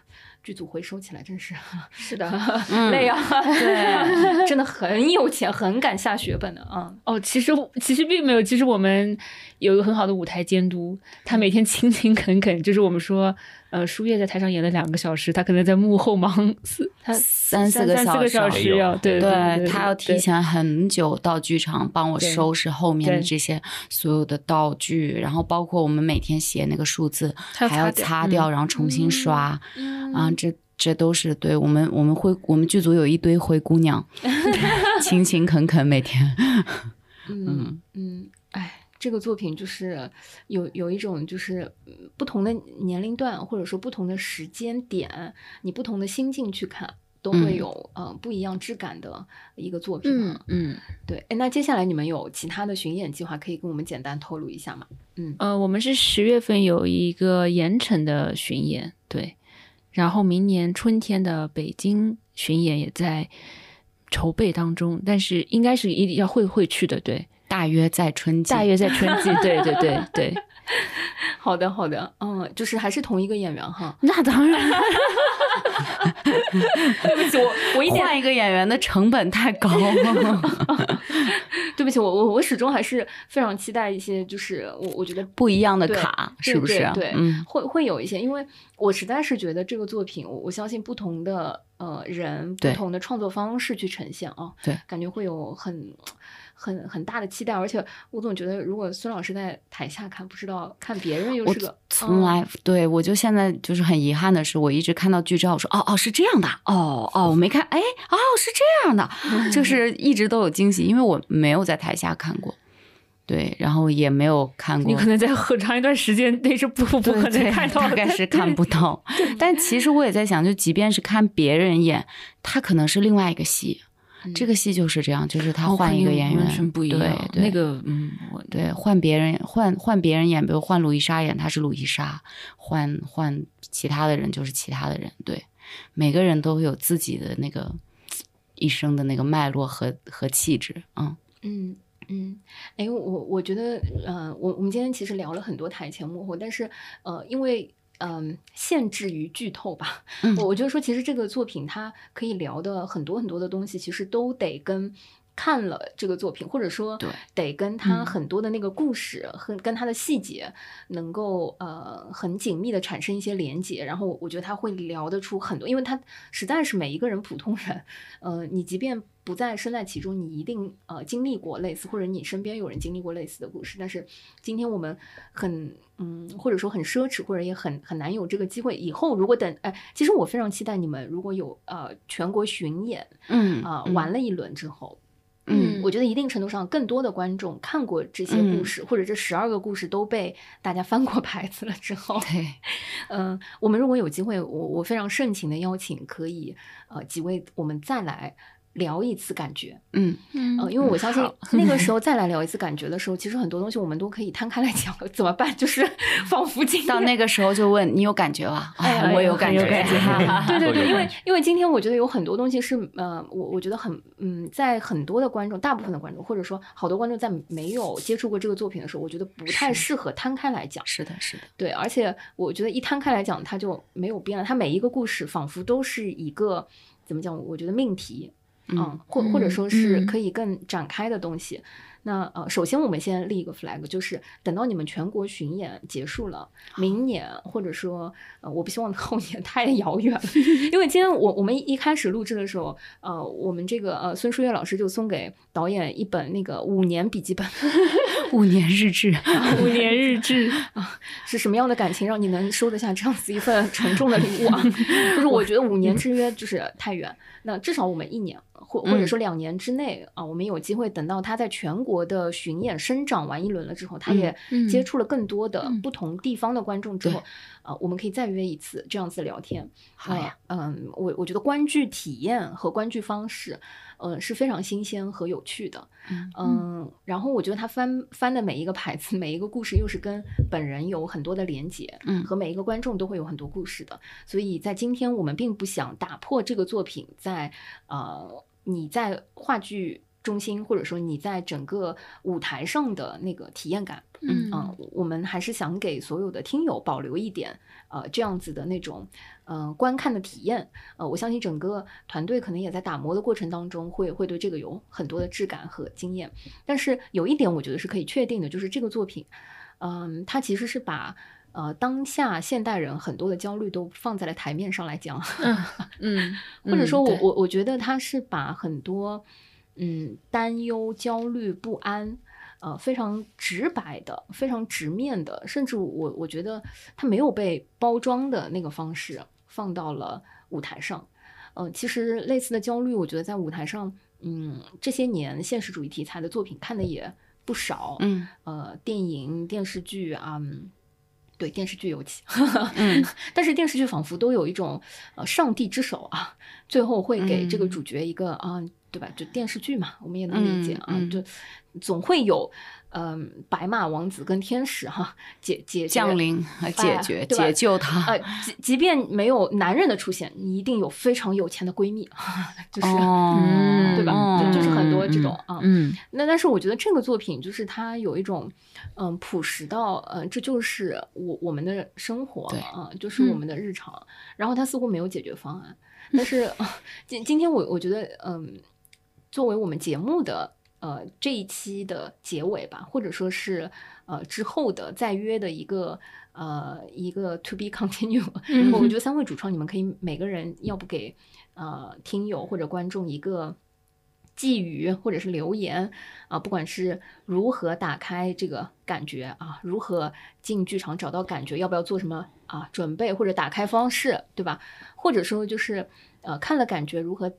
Speaker 3: 剧组回收起来真是是的 累啊，
Speaker 2: 对
Speaker 3: 真的很有钱，很敢下血本的啊。
Speaker 4: 哦，其实我其实并没有，其实我们有一个很好的舞台监督，他每天勤勤恳恳。就是我们说，呃，舒叶在台上演了两个小时，他可能在幕后忙四他
Speaker 2: 三四
Speaker 4: 三
Speaker 2: 个
Speaker 4: 三四
Speaker 2: 小
Speaker 4: 个小
Speaker 2: 时
Speaker 4: 时要哎对对，
Speaker 2: 他要提
Speaker 4: 对
Speaker 2: 前很久到剧场帮我
Speaker 4: 对
Speaker 2: 收拾后面的
Speaker 4: 对
Speaker 2: 这些所有的道具，然后包括我们每天写那个数字，
Speaker 4: 还要
Speaker 2: 还要擦
Speaker 4: 擦掉
Speaker 2: 掉，
Speaker 4: 嗯
Speaker 2: 然后重新刷
Speaker 3: 嗯
Speaker 2: 啊，这这都是对我们我们灰我们剧组有一堆灰姑 娘，勤勤恳恳每天，
Speaker 3: 嗯嗯，哎，这个作品就是有有一种就是嗯不同的年龄段或者说不同的时间点，你不同的心境去看，都
Speaker 2: 嗯
Speaker 3: 会有、呃不一样质感的一个作品啊。
Speaker 2: 嗯
Speaker 3: 对，哎，那接下来你们有其他的巡演计划，可以跟我们简单透露一下吗？
Speaker 4: 呃，我们是十月份有一个盐城的巡演，对，然后明年春天的北京巡演也在筹备当中，但是应该是一定要会会去的，对，
Speaker 2: 大约在春季，
Speaker 4: 大约在春季，对对对 对，
Speaker 3: 好的，好的，嗯，就是还是同一个演员哈。
Speaker 4: 那当然，
Speaker 3: 对不起，我我一点
Speaker 2: 换一个演员的成本太 高 了，
Speaker 3: 对不起，我我我始终还是非常期待一些，就是我我觉得
Speaker 2: 不一样的
Speaker 3: 对
Speaker 2: 卡
Speaker 3: 对
Speaker 2: 是不是？
Speaker 3: 对对
Speaker 2: 嗯
Speaker 3: 会会有一些，因为我实在是觉得这个作品，我我相信不同的呃人、不
Speaker 2: 对
Speaker 3: 同的创作方式去呈现啊，
Speaker 2: 对，
Speaker 3: 感觉会有很很很大的期待，而且我总觉得，如果孙老师在台下看，不知道看别人又
Speaker 2: 我
Speaker 3: 是个嗯
Speaker 2: 从来、对我就现在就是很遗憾的是，我一直看到剧照，我说哦哦是这样的，哦哦我没看，哎哦是这 样的，就是一直都有惊喜，因为我没有在台下看过，对，然后也没有看过，
Speaker 4: 你可能在很长一段时间内是不不
Speaker 2: 对
Speaker 4: 可能
Speaker 2: 对
Speaker 4: 看到的，
Speaker 2: 大概是看不 到。但其实我也在想，就即便是看别人演，他可能是另外一个戏，
Speaker 3: 嗯
Speaker 2: 这个戏就是这样，就是他
Speaker 4: 哦
Speaker 2: 换一个
Speaker 4: 肯定
Speaker 2: 演员，
Speaker 4: 完全不一样
Speaker 2: 对，对
Speaker 4: 那个嗯，我
Speaker 2: 对，换别人换换别人演，比如换鲁伊莎演，她是鲁伊莎；换换其他的人就是其他的人。对，每个人都会有自己的那个一生的那个脉络和和气质。嗯，
Speaker 3: 嗯嗯，哎，我我觉得，呃，我我们今天其实聊了很多台前幕后，但是呃，因为。嗯，限制于剧透吧。
Speaker 2: 嗯
Speaker 3: 我我觉得说，其实这个作品它可以聊的很多很多的东西，其实都得跟看了这个作品，或者说
Speaker 2: 对
Speaker 3: 得跟它
Speaker 2: 嗯
Speaker 3: 很多的那个故事和、跟它的细节，能够呃很紧密的产生一些连结。然后我我觉得他会聊得出很多，因为他实在是每一个人普通人，呃，你即便不在身在其中，你一定呃经历过类似，或者你身边有人经历过类似的故事。但是今天我们很嗯，或者说很奢侈，或者也很很难有这个机会。以后如果等哎，其实我非常期待你们如果有呃全国巡演
Speaker 2: 嗯
Speaker 3: 啊、玩了一轮之后。
Speaker 2: 嗯
Speaker 3: 我觉得一定程度上，更多的观众看过这些故事，或者这十二个故事都被大家翻过 牌子了 之后，
Speaker 2: 对，
Speaker 3: 嗯，我们如果有机会，我我非常盛情的邀请，可以呃几位我们再来聊一次感觉，
Speaker 2: 嗯，
Speaker 4: 嗯
Speaker 3: 呃，因为我相信那 个时候再来聊一次感觉的时候，其实很多东西我们都可以摊开来讲了，怎么办？就是 仿佛今天
Speaker 2: 到那个时候就问你有感觉吧？啊
Speaker 3: 哎呀
Speaker 2: 我有感觉，
Speaker 4: 很有感
Speaker 3: 对
Speaker 4: 觉
Speaker 3: 对
Speaker 1: 都
Speaker 3: 对，
Speaker 1: 有
Speaker 3: 因为
Speaker 1: 感觉
Speaker 3: 因为今天我觉得有很多东西是呃，我我觉得很嗯，在很多的观众，大部分的观众，或者说好多观众在没有接触过这个作品的时候，我觉得不太
Speaker 2: 是
Speaker 3: 适合摊开来 讲。
Speaker 2: 是的，是的，
Speaker 3: 对，而且我觉得一摊开来讲，它就没有变了。它每一个故事仿佛都是一个怎么讲？我觉得命题，嗯
Speaker 2: 嗯，
Speaker 3: 或或者说是
Speaker 4: 嗯
Speaker 3: 可以更展开的东西。那呃，首先我们先立一个 flag，就是等到你们全国巡演结束了，明年或者说呃，我不希望 后年太遥远了，因为今天我我们一开始录制的时候，呃，我们这个呃孙舒悦老师就送给导演一本那个五年笔记本，
Speaker 2: 五年日志，
Speaker 4: 五年日志，
Speaker 3: 是什么样的感情让你能收得下这样子一份沉重的礼物 啊？就是我觉得五
Speaker 4: 嗯
Speaker 3: 年之约就是太远，那至少我们一年或或
Speaker 4: 嗯
Speaker 3: 者说两年之内、啊，我们有机会等到他在全国的巡演生长完一轮了之后，他也
Speaker 4: 嗯
Speaker 3: 接触了更多的
Speaker 4: 嗯
Speaker 3: 不同地方的观众之后，啊，我们可以再约一次这样子聊天。
Speaker 2: 好呀，
Speaker 3: 呃嗯，我我觉得观剧体验和观剧方式，呃，是非常新鲜和有趣的。
Speaker 2: 嗯
Speaker 3: 嗯，然后我觉得他翻翻的每一个牌子，每一个故事又是跟本人有很多的连接，
Speaker 2: 嗯
Speaker 3: 和每一个观众都会有很多故事的。所以在今天，我们并不想打破这个作品在呃你在话剧中心或者说你在整个舞台上的那个体验感。
Speaker 4: 嗯
Speaker 3: 嗯，我们还是想给所有的听友保留一点，呃，这样子的那种，呃，观看的体验。呃，我相信整个团队可能也在打磨的过程当中会，会对这个有很多的质感和经验。但是有一点，我觉得是可以确定的，就是这个作品，嗯、它其实是把。呃，当下现代人很多的焦虑都放在了台面上来讲，
Speaker 2: 嗯，
Speaker 3: 或者说我、
Speaker 2: 对
Speaker 3: 我我觉得他是把很多嗯担忧、焦虑、不安，呃，非常直白的、非常直面的，甚至我我觉得他没有被包装的那个方式放到了舞台上。呃，其实类似的焦虑，我觉得在舞台上，嗯，这些年现实主义题材的作品看的也不少，
Speaker 2: 嗯
Speaker 3: 呃，电影、电视剧啊。嗯对电视剧尤其，
Speaker 2: 嗯，
Speaker 3: 但是电视剧仿佛都有一种呃上帝之手啊，最后会给这个
Speaker 2: 嗯
Speaker 3: 主角一个、啊，对吧？就电视剧嘛，我们也能理解啊，
Speaker 2: 嗯嗯
Speaker 3: 就总会有嗯、白马王子跟天使哈、解解决
Speaker 2: 降临呃解决
Speaker 3: 对吧
Speaker 2: 解救他，
Speaker 3: 呃，即即便没有男人的出现，你一定有非常有钱的闺蜜， 就是、
Speaker 2: 哦
Speaker 4: 嗯
Speaker 3: 对吧
Speaker 2: 哦
Speaker 3: 就就是很多这种啊
Speaker 2: 嗯
Speaker 3: 那但是我觉得这个作品就是它有一种，嗯，朴实到，嗯，这就是我我们的生活
Speaker 2: 对
Speaker 3: 啊、就是我们的日常。然后它似乎没有解决方案，但是呃今、今天我我觉得，嗯，作为我们节目的呃这一期的结尾吧，或者说是呃之后的再约的一个呃一个 to be continue，、
Speaker 4: 嗯
Speaker 3: 我觉得三位主创你们可以每个人要不给呃听友或者观众一个。寄语或者是留言啊，不管是如何打开这个感觉啊，如何进剧场找到感觉，要不要做什么啊准备或者打开方式，对吧？或者说就是呃看了感觉如何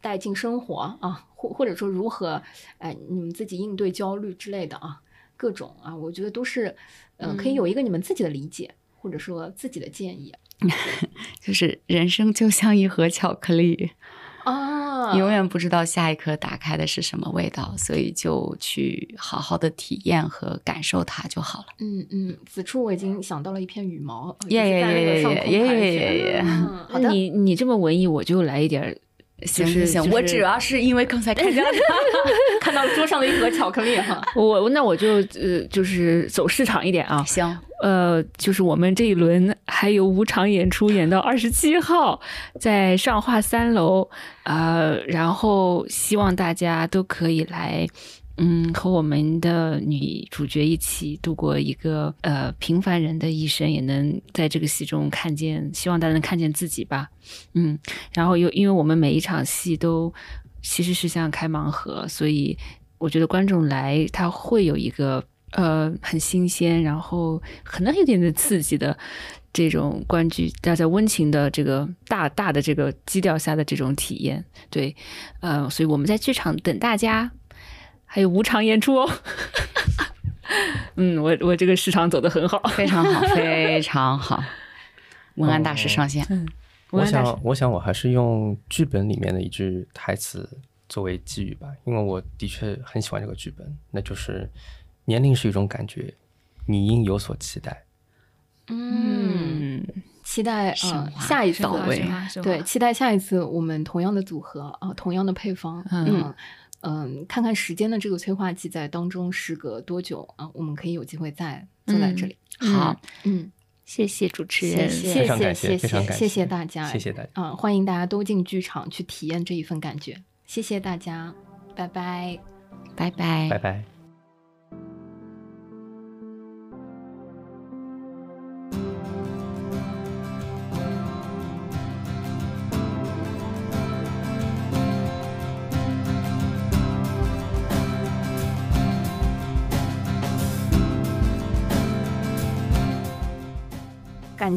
Speaker 3: 带进生活啊，或或者说如何哎你们自己应对焦虑之类的啊，各种啊，我觉得都是呃可以
Speaker 2: 嗯
Speaker 3: 有一个你们自己的理解。或者说自己的建议啊
Speaker 2: 就是人生就像一盒巧克力，
Speaker 3: 啊，
Speaker 4: 嗯
Speaker 2: 你 永远不知道下一颗打开的是什么味道，所以就去好好的体验和感受它就好了。
Speaker 3: 嗯嗯，此处我已经想到了一片羽毛，呃
Speaker 2: 耶
Speaker 3: 就是
Speaker 2: 耶
Speaker 3: 在那个
Speaker 2: 耶
Speaker 3: 上
Speaker 2: 耶
Speaker 3: 空
Speaker 2: 耶
Speaker 3: 盘
Speaker 2: 耶
Speaker 3: 旋
Speaker 2: 耶耶
Speaker 3: 嗯好的，
Speaker 4: 那你你这么文艺，我就来一点儿。
Speaker 2: 行
Speaker 4: 就是
Speaker 2: 行行，我主要是因为刚才看见 了
Speaker 3: 看到桌上的一盒巧克力哈，
Speaker 4: 我那我就呃就是走市场一点啊，
Speaker 2: 行，
Speaker 4: 呃，就是我们这一轮还有五场演出，演到二十七号，在上画三楼，呃，然后希望大家都可以来，嗯，和我们的女主角一起度过一个呃平凡人的一生，也能在这个戏中看见，希望大家能看见自己吧，嗯，然后又因为我们每一场戏都其实是像开盲盒，所以我觉得观众来他会有一个呃很新鲜，然后可能有点点刺激的这种观剧，大家温情的这个大大的这个基调下的这种体验，对，呃，所以我们在剧场等大家，还有五场演出哦。 嗯，我我这个市场走得很好，
Speaker 2: 非常好，非常好。文案大师上
Speaker 4: 嗯
Speaker 2: 线，
Speaker 1: 我
Speaker 4: 安大师
Speaker 1: 想，我想我还是用剧本里面的一句台词作为寄语吧，因为我的确很喜欢这个剧本，那就是年龄是一种感觉，你应有所期待。
Speaker 3: 嗯，
Speaker 4: 嗯，
Speaker 3: 期待
Speaker 2: 升
Speaker 3: 呃
Speaker 2: 华
Speaker 3: 下一次
Speaker 2: 到位
Speaker 3: 对，期待下一次我们同样的组合啊、同样的配方，嗯
Speaker 4: 嗯
Speaker 3: 嗯，看看时间的这个催化剂在当中时隔多久啊、我们可以有机会再坐在这里，
Speaker 2: 好，
Speaker 3: 嗯，
Speaker 4: 谢谢主持
Speaker 3: 谢
Speaker 4: 人，
Speaker 3: 谢
Speaker 1: 非常
Speaker 3: 谢
Speaker 1: 感谢
Speaker 3: 谢
Speaker 1: 非常
Speaker 3: 谢
Speaker 1: 感
Speaker 3: 谢
Speaker 1: 谢
Speaker 3: 嗯大家，
Speaker 1: 谢谢大家。
Speaker 3: 啊、欢迎大家都进剧场去体验这一份感觉，谢谢大家，拜拜。
Speaker 2: 拜拜
Speaker 1: 拜拜。
Speaker 3: 感